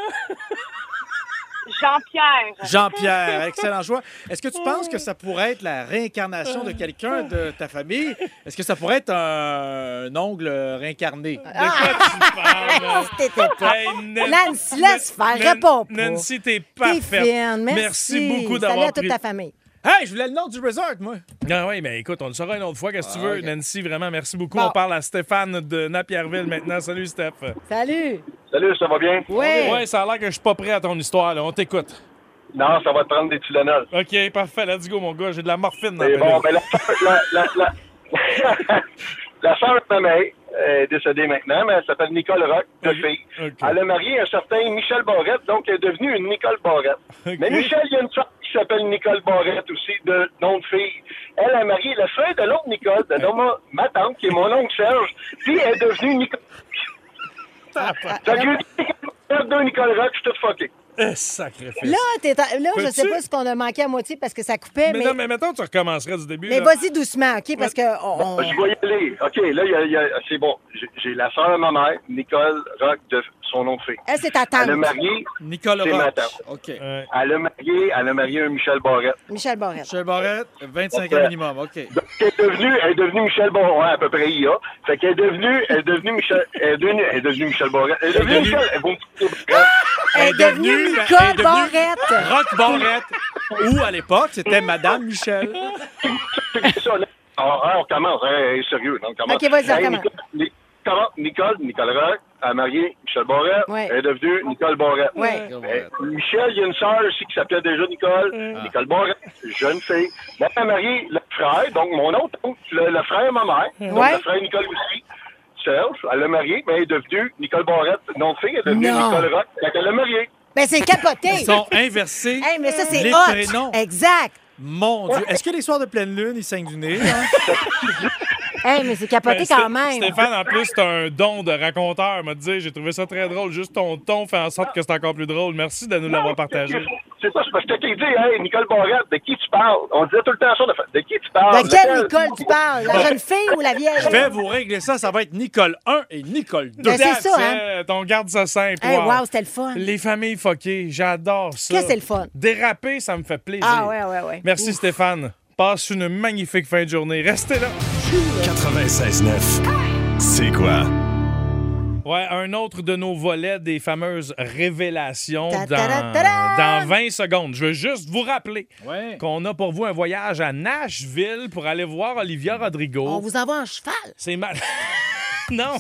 S8: Jean-Pierre.
S3: Jean-Pierre, excellent choix. Est-ce que tu penses que ça pourrait être la réincarnation de quelqu'un de ta famille? Est-ce que ça pourrait être un, un ongle réincarné?
S2: [LAUGHS]
S1: Ah,
S2: T'étais pas.
S1: Hey, Nan-
S2: Nancy, laisse
S1: Nan-
S2: faire, réponds pas.
S1: Nancy, t'es
S2: T'es
S1: parfaite.
S2: fine,
S1: Merci. beaucoup
S2: Salut à
S1: d'avoir
S2: toute
S1: pris...
S2: ta famille.
S3: Hey, je voulais le nom du resort, moi!
S1: Ah oui, mais écoute, on le saura une autre fois, qu'est-ce
S3: Ah,
S1: que tu veux. Nancy, vraiment, merci beaucoup.
S2: Bon.
S1: On parle à Stéphane de Napierville maintenant. Salut, Steph.
S2: Salut.
S7: [LAUGHS] Salut, ça va bien?
S2: Oui.
S1: Ouais, ça a l'air que je suis pas prêt à ton histoire, là. On t'écoute.
S7: Non, ça va te prendre des Tylenol.
S1: OK, parfait. Let's go, mon gars. J'ai de la morphine dans
S7: Et
S1: la
S7: bon,
S1: pilule.
S7: ben, la, la, la, la, la [LAUGHS] sœur de ma mère est décédée maintenant, mais elle s'appelle Nicole Rock, deux filles.
S1: ok.
S7: Elle a marié un certain Michel Barrette, donc elle est devenue une Nicole Barrette.
S1: Ok.
S7: Mais Michel, il y a une sœur qui s'appelle Nicole Barrette aussi, de nom de fille. Elle a marié la frère de l'autre Nicole, de nom ma, ma tante, qui est mon oncle Serge, puis elle est devenue Nicole.
S3: Ah,
S7: Donc, il y a eu Nicole Barrette, deux Nicole Rock, je suis tout fucké.
S1: Eh, sacrifice.
S2: Là, t'es en- là je
S1: Peux-tu?
S2: sais pas ce qu'on a manqué à moitié parce que ça coupait,
S1: mais,
S2: mais,
S1: non, mais mettons, tu recommencerais du début.
S2: mais
S1: là.
S2: vas-y doucement, OK? Parce que.
S3: Oh.
S2: on- on-
S7: Bah, Je vais y aller. OK, là, il y a- il y a- c'est bon. J'ai- J'ai la sœur de ma mère, Nicole Rock, de son nom de fille.
S2: Elle, c'est ta
S7: Elle a
S2: tante,
S7: marié,
S3: Nicole
S7: C'est ma
S3: Rock.
S7: tante.
S3: OK.
S1: Ouais.
S7: elle a marié, elle a marié un Michel Barrette.
S2: Michel Barrette.
S3: Michel Barrette, 25 ans minimum. OK.
S7: Donc, elle est devenue, elle est devenue Michel Barrette, ouais, à peu près, il y a. Fait qu'elle est devenue, elle est devenue Michel, elle est devenue, elle est devenue Michel Barrette. Elle est devenue
S3: Elle est
S7: Michel, elle vous me dites- Barrette.
S2: Elle est devenue
S3: elle est
S2: Nicole
S3: devenue
S2: Barrette.
S3: Rock Barrette. Ou à l'époque, c'était Madame Michel.
S7: C'est ça, là. Ah, ah, on commence, hein, hey, sérieux, non, on commence.
S2: OK, vas-y, on
S7: Hey,
S2: recommence.
S7: Nicole, Ni- comment- Nicole, Nicole Rock, a marié Michel Barrette.
S2: Ouais.
S7: Elle est devenue Nicole Barrette.
S2: Ouais.
S7: Ben, Michel, il y a une sœur aussi qui s'appelait déjà Nicole.
S2: Mm.
S7: Ah. Nicole Barrette, jeune fille. Moi, elle a marié le frère, donc mon autre oncle, le, le frère de ma mère. Donc
S2: Ouais.
S7: le frère de Nicole aussi. Serge, elle l'a marié, mais elle est devenue Nicole Barrette, non de fille, elle est devenue
S2: Non.
S7: Nicole Rock. Fait qu'elle l'a mariée.
S2: Mais Ben, c'est capoté.
S3: Ils sont inversés.
S2: Hey, mais ça, c'est
S3: les
S2: hot.
S3: prénoms.
S2: Exact.
S3: Mon Dieu. Est-ce que les soirs de pleine lune, ils saignent du nez? hein?
S2: Hey, mais c'est capoté
S1: Ben,
S2: quand
S1: Sté-
S2: même.
S1: Stéphane, en plus, t'as un don de raconteur, m'a dit. J'ai trouvé ça très drôle. Juste ton ton fait en sorte que c'est encore plus drôle. Merci de nous l'avoir partagé.
S7: C'est ça, c'est parce que t'as dit, hey, Nicole Barrette, de qui tu parles? On disait tout le temps ça, de, de qui tu parles?
S2: De quelle
S7: Laquelle?
S2: Nicole tu parles? La jeune fille ou la vieille?
S3: Je vais vous régler ça. Ça va être Nicole 1 et Nicole 2.
S2: Ben, c'est ça, hein?
S1: Euh, Ton garde ça simple.
S2: Hey,
S1: wow.
S2: wow, c'était le fun.
S1: Les familles fuckées, j'adore ça.
S2: Qu'est-ce que c'est le fun?
S1: Déraper, ça me fait plaisir.
S2: Ah, ouais, ouais, ouais.
S1: Merci Stéphane. Passe une magnifique fin de journée. Restez là.
S4: 96.9. C'est quoi?
S1: Ouais, un autre de nos volets des fameuses révélations
S2: Ta- ta-
S1: dans,
S2: ta- ta- ta-
S1: dans 20 secondes. Je veux juste vous rappeler
S3: Ouais.
S1: qu'on a pour vous un voyage à Nashville pour aller voir Olivia Rodrigo.
S2: On vous envoie un cheval.
S1: C'est mal. [LAUGHS] non.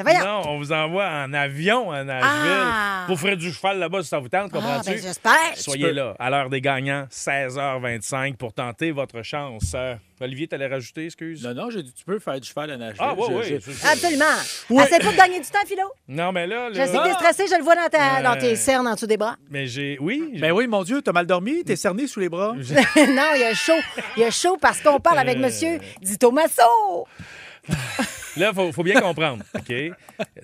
S2: voyons.
S1: Non, on vous envoie en avion à Nashville.
S2: Ah.
S1: Vous ferez du cheval là-bas si ça vous tente,
S2: Ah,
S1: comprends-tu?
S2: ben, j'espère.
S1: Soyez là, à l'heure des gagnants, 16h25 pour tenter votre chance. Euh, Olivier, t'allais rajouter, excuse?
S3: Non, non, j'ai dit, tu peux faire du cheval à Nashville.
S1: Ah, ouais,
S3: Je-
S1: ouais.
S3: je-
S1: c'est ça.
S2: Absolument. Essaye pas de gagner du temps, Philo.
S1: Non, mais là,
S2: Je
S1: là-
S2: sais que t'es stressé, je le vois dans, ta- dans tes cernes en dessous des bras. [LAUGHS]
S1: mais j'ai. Oui.
S3: Ben oui, mon Dieu, t'as mal dormi, t'es cerné sous les bras.
S2: non, il y a chaud. Il y a chaud parce qu'on parle avec
S1: Euh.
S2: monsieur Di Tommaso.
S1: Là, il faut, faut bien comprendre. OK?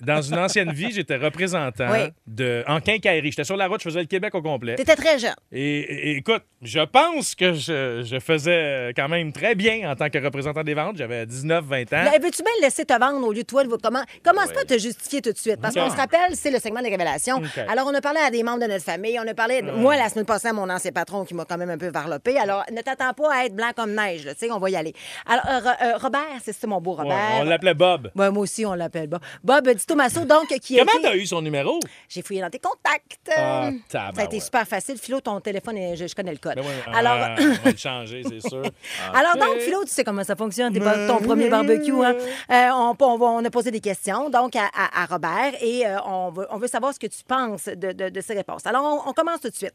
S1: Dans une ancienne vie, j'étais représentant
S2: Oui.
S1: de, en quincaillerie. J'étais sur la route, je faisais le Québec au complet.
S2: T'étais très jeune.
S1: Et, et- écoute, je pense que je, je faisais quand même très bien en tant que représentant des ventes. J'avais 19-20 ans.
S2: Mais Veux-tu bien le laisser te vendre au lieu de toi? de- Comment, commence pas à te justifier tout de suite. Parce qu'on se rappelle, c'est le segment des révélations. Alors, on a parlé à des membres de notre famille. On a parlé,
S1: Mm.
S2: moi, la semaine passée, à mon ancien patron qui m'a quand même un peu varlopé. Alors, ne t'attends pas à être blanc comme neige. là, Tu sais, on va y aller. Alors, euh, Ro- euh, Robert, c'est ça mon beau Robert.
S1: Ouais, on l'appelait Bob.
S2: Ouais, moi aussi, on l'appelle Bob. Bob Di Tommaso, donc, qui est.
S1: Comment t'as eu son numéro?
S2: J'ai fouillé dans tes contacts.
S1: Ah,
S2: ça
S1: tabarouette.
S2: a été super facile. Philo, ton téléphone, est- je, je connais le code.
S1: Ben ouais,
S2: Alors,
S1: ah, on va le changer, c'est sûr. Ah.
S2: Alors donc, Philo, tu sais comment ça fonctionne, tes bar- ton premier barbecue. hein. Euh, on, on va- on a posé des questions donc à, à- à Robert et euh, on, veut, on veut savoir ce que tu penses de, de- de ces réponses. Alors, on, on commence tout de suite.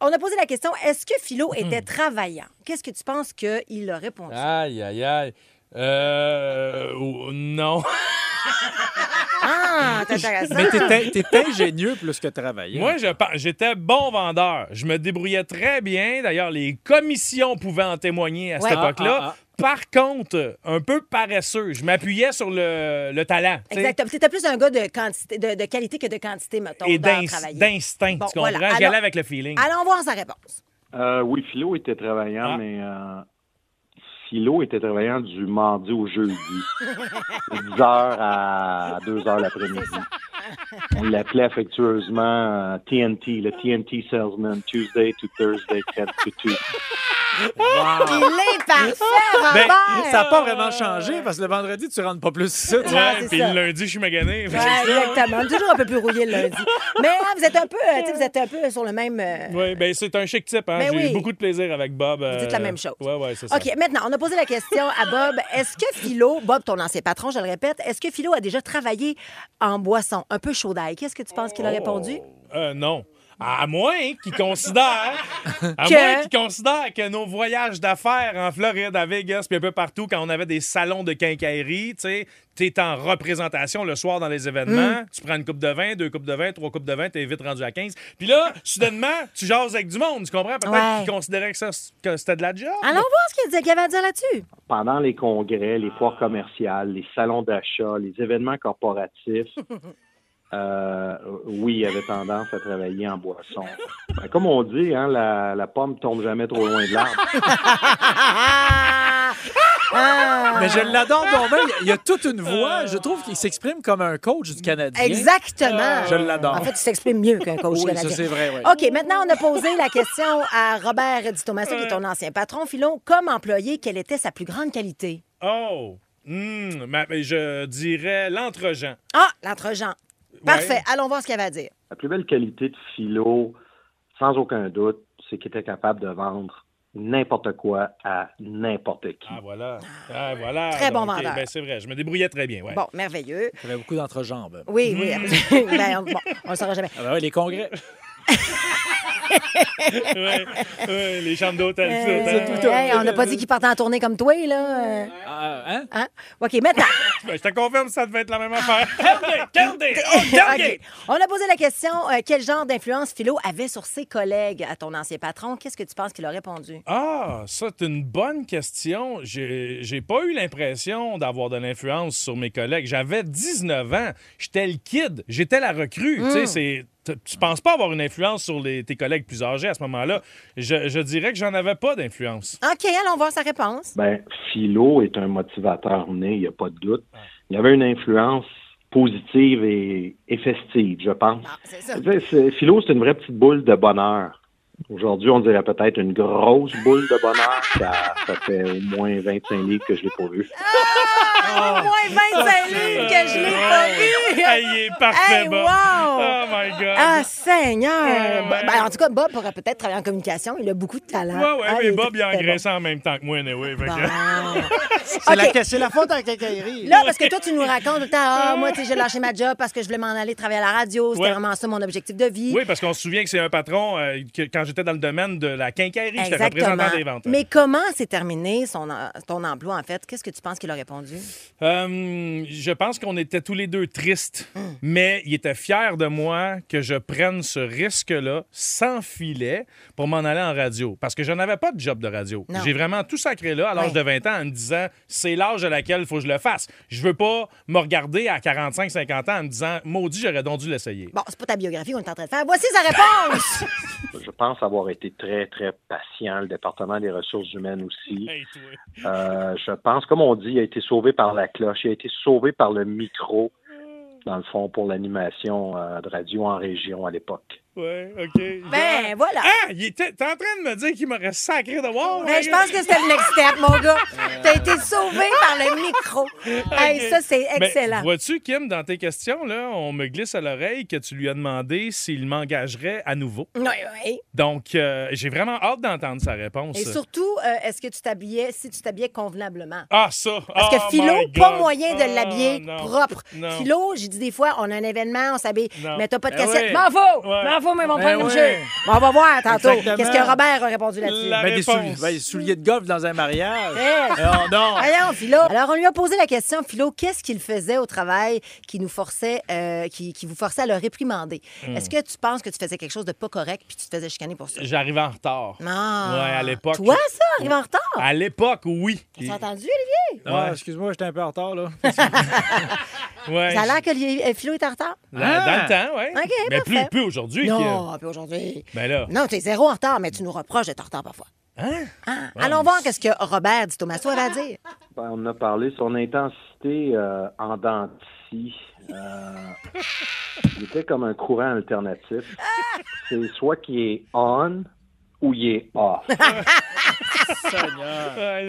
S2: On a posé la question, est-ce que Philo
S1: Hmm.
S2: était travaillant? Qu'est-ce que tu penses qu'il a répondu?
S1: Aïe, aïe, aïe. Euh. ou- Non.
S2: Ah, c'est intéressant.
S3: Mais t'es, t'es ingénieux plus que travailleur.
S1: [LAUGHS] Moi, je pense- j'étais bon vendeur. Je me débrouillais très bien. D'ailleurs, les commissions pouvaient en témoigner à cette
S2: Ouais.
S1: époque-là.
S3: Ah, ah,
S1: Par contre, un peu paresseux. Je m'appuyais sur le, le talent. tu sais.
S2: Exactement. T'étais plus un gars de, quantité, de, de qualité que de quantité, mettons,
S1: Et
S2: d'heures
S1: d'ins-
S2: travaillées.
S1: d'instinct,
S2: Bon,
S1: tu comprends?
S2: voilà.
S1: J'y
S2: Alors-
S1: allais avec le feeling.
S2: Allons voir sa réponse.
S9: Euh, oui, Philo était travaillant,
S1: Ah.
S9: mais euh, Philo était travaillant du mardi au jeudi, de 10 heures à 2 heures l'après-midi. On l'appelait affectueusement euh, TNT, le TNT Salesman, Tuesday to Thursday, 10 to 2.
S1: Ah.
S2: Il est
S1: [LAUGHS]
S2: parfait,
S3: Ben,
S2: Robert!
S3: ça n'a pas vraiment changé parce que le vendredi, tu rentres pas plus ici. tu vois.
S2: Ouais,
S1: Ouais,
S2: c'est
S1: puis
S2: ça.
S1: le lundi, je suis magané. [LAUGHS]
S2: Ouais, exactement. Toujours un peu plus rouillé le lundi. Mais hein, vous êtes un peu, euh, tu sais, vous êtes un peu sur le même. euh,
S1: Oui, ben c'est un chic type. Hein?
S2: Ben
S1: J'ai eu
S2: oui.
S1: beaucoup de plaisir avec Bob.
S2: Vous dites la même chose.
S1: Oui, oui, c'est ça.
S2: OK, maintenant, on a posé la question à
S3: [LAUGHS]
S2: Bob. Est-ce que Philo, Bob, ton ancien patron, je le répète, est-ce que Philo a déjà travaillé en boisson, un peu chaud d'ail? Qu'est-ce que tu penses qu'il a répondu?
S3: Oh.
S1: Euh, non. À moins qu'ils considèrent, à
S2: Que-
S1: moins qu'ils considèrent que nos voyages d'affaires en Floride, à Vegas, puis un peu partout, quand on avait des salons de quincaillerie, tu sais, t'es en représentation le soir dans les événements,
S2: Mm.
S1: tu prends une coupe de vin, deux coupes de vin, trois coupes de vin, t'es vite rendu à 15. Puis là, soudainement, tu jases avec du monde, tu comprends? Peut-être
S2: Ouais. Ah.
S1: qu'ils considéraient que, ça, que c'était de la job.
S2: Allons voir ce qu'il a dit- qu'il avait à dire là-dessus.
S9: Pendant les congrès, les foires commerciales, les salons d'achat, les événements corporatifs, euh, oui, il avait tendance à travailler en boisson. Ben, comme on dit, hein, la, la pomme tombe jamais trop loin de l'arbre.
S3: Mais je l'adore donc même. Il y a toute une voix. Je trouve qu'il s'exprime comme un coach du Canadien.
S2: Exactement.
S3: Euh, Je l'adore.
S2: En fait, tu t'exprimes mieux qu'un coach
S3: Oui, ça,
S2: canadien.
S3: c'est vrai, oui.
S2: OK, maintenant, on a posé la question à Robert Di Tommaso, qui est ton ancien patron. Philo, comme employé, quelle était sa plus grande qualité?
S1: Oh! Hmm, ma- je dirais l'entre-gens.
S2: Ah, l'entre-gens. Parfait. Allons voir ce qu'il avait à dire.
S9: La plus belle qualité de Philo, sans aucun doute, c'est qu'il était capable de vendre n'importe quoi à n'importe qui.
S1: Ah, voilà. Ah, voilà.
S2: Très bon
S1: ok,
S2: vendeur.
S1: ben, c'est vrai, je me débrouillais très bien. Ouais.
S2: Bon, merveilleux.
S3: Il y avait beaucoup d'entrejambes.
S2: Oui,
S3: [LAUGHS]
S2: oui. absolument. Ben, bon, on le saura jamais.
S3: Ah ben ouais, les congrès.
S1: Ouais, ouais, Euh, les chambres d'hôtel, tout,
S2: Euh,
S1: hein.
S2: hey, on n'a pas dit qu'il partait en tournée comme toi, là. euh,
S3: Ah, hein?
S2: hein? OK,
S1: [LAUGHS]
S2: maintenant.
S1: Ben, Je te confirme, ça devait être la même affaire. [LAUGHS] Regardez, regardez, Ah! oh, regardez.
S2: [LAUGHS] OK. On a posé la question euh, quel genre d'influence Philo avait sur ses collègues à ton ancien patron Qu'est-ce que tu penses qu'il a répondu
S1: Ah, ça, c'est une bonne question. J'ai j'ai pas eu l'impression d'avoir de l'influence sur mes collègues. J'avais 19 ans. J'étais le kid. J'étais la recrue. Tu sais, c'est- t- Tu penses pas avoir une influence sur les- tes collègues plus âgés à ce moment-là. Je, je dirais que j'en avais pas d'influence.
S2: OK, allons voir sa réponse.
S9: Ben, Philo est un motivateur né, il n'y a pas de doute. Il avait une influence positive et, et festive, je pense.
S2: Ah, c'est ça. [LAUGHS]
S9: Tu sais, c'est- Philo, c'est une vraie petite boule de bonheur. Aujourd'hui, on dirait peut-être une grosse boule de bonheur. Ça, ça fait au moins 25 livres que je l'ai pas vu.
S2: Au moins
S1: Ah,
S2: 25 livres que je l'ai pas
S1: Hey,
S2: vu.
S1: il est parfait,
S2: Hey,
S1: Bob.
S2: wow.
S1: Oh my God.
S2: Ah, Seigneur!
S1: Ouais.
S2: Ben, en tout cas, Bob pourrait peut-être travailler en communication. Il a beaucoup de talent.
S1: Ouais, ouais,
S2: Hein,
S1: mais
S2: est
S1: Bob, Ah, il a
S2: très bon.
S1: engraissé en même temps que moi, anyway. fait que-
S3: C'est,
S2: OK.
S3: la, c'est la faute à la quincaillerie.
S2: Là, parce que toi, tu nous racontes tout le temps, ah, moi, tu sais, j'ai lâché ma job parce que je voulais m'en aller travailler à la radio. C'était
S1: Ouais.
S2: vraiment ça mon objectif de vie.
S1: Oui, parce qu'on se souvient que c'est un patron, euh, que, quand j'étais dans le domaine de la quincaillerie, j'étais
S2: Exactement.
S1: représentant des ventes.
S2: Mais comment s'est terminé son, en- ton emploi, en fait? Qu'est-ce que tu penses qu'il a répondu?
S1: Euh, je pense qu'on était tous les deux tristes,
S2: Mm.
S1: mais il était fier de moi que je prenne ce risque-là sans filet pour m'en aller en radio. Parce que je n'avais pas de job de radio.
S2: Non.
S1: J'ai vraiment tout sacré là à l'âge
S2: Ouais.
S1: de 20 ans en me disant c'est l'âge à laquelle il faut que je le fasse. Je veux pas me regarder à 45-50 ans en me disant maudit, j'aurais donc dû l'essayer.
S2: Bon, c'est pas ta biographie qu'on est en train de faire. Voici
S1: Ben,
S2: sa réponse!
S9: Je pense avoir été très, très patient. Le département des ressources humaines aussi.
S1: Hey, toi.
S9: Euh, je pense, comme on dit, il a été sauvé par la cloche, il a été sauvé par le micro, dans le fond, pour l'animation euh, de radio en région à l'époque.
S1: Ouais, OK.
S2: Ben,
S1: Genre-
S2: voilà.
S1: Ah, [LAUGHS] il était- t'es en train de me dire qu'il m'aurait sacré de voir.
S2: Mais Ben, je
S1: [LAUGHS]
S2: pense que c'était le next step, mon gars. T'as été sauvé par le
S1: [LAUGHS]
S2: micro. Hey, ça, c'est
S1: Mais
S2: excellent.
S1: Vois-tu, Kim, dans tes questions, là, on me glisse à l'oreille que tu lui as demandé s'il m'engagerait à nouveau.
S2: Oui, oui.
S1: Donc, euh, j'ai vraiment hâte d'entendre sa réponse.
S2: Et surtout, euh, est-ce que tu t'habillais, si tu t'habillais convenablement?
S1: Ah, ça!
S2: Parce
S1: Oh
S2: que Philo,
S1: my
S2: pas
S1: God.
S2: moyen de
S1: Ah,
S2: l'habiller
S1: non.
S2: propre.
S1: Non.
S2: Philo, j'ai dit des fois, on a un événement, on s'habille,
S1: Non.
S2: mais t'as pas de
S1: Ben
S2: cassette.
S1: oui.
S2: M'en faut!
S1: Ouais. Eh
S2: M'en faut, mais mon
S3: Ben
S2: père me
S3: oui.
S2: cherche. Bon, On va voir tantôt.
S3: Exactement.
S2: Qu'est-ce que Robert a répondu là-dessus?
S1: La
S3: Ben, des,
S1: réponse. Eh!
S3: souliers, ben, des souliers de golf dans un mariage.
S2: Hey,
S3: Non,
S1: [LAUGHS]
S3: non.
S2: Voyons, Philo. Alors, on lui a posé la question, Philo, qu'est-ce qu'il faisait au travail qui nous forçait, euh, qui, qui vous forçait à le réprimander?
S1: Hmm.
S2: Est-ce que tu penses que tu faisais quelque chose de pas correct puis tu te faisais chicaner pour ça?
S1: J'arrivais en retard.
S2: Ah.
S1: Ouais, à l'époque.
S2: Toi, ça, arrive en retard?
S1: À l'époque, oui.
S2: T'as entendu, Olivier?
S3: Ah, excuse-moi, j'étais un peu en retard, là.
S1: Ouais,
S2: Ça a l'air que Olivier- euh, Philo est en retard?
S1: Là, Dans le temps, oui.
S2: OK,
S1: Mais
S2: parfait.
S1: plus, plus aujourd'hui. Kim.
S2: Non, puis aujourd'hui.
S1: Ben là.
S2: Non, t'es zéro en retard, mais tu nous reproches d'être en retard parfois.
S1: Hein?
S2: Ah, allons voir qu'est-ce que Robert dit Thomas
S1: Ah!
S2: avait à dire.
S9: Ben, on en a parlé, son intensité euh, en dents de scie, euh, il était comme un courant alternatif.
S2: Ah!
S9: C'est soit qu'il est on ou il est off.
S1: Ouais,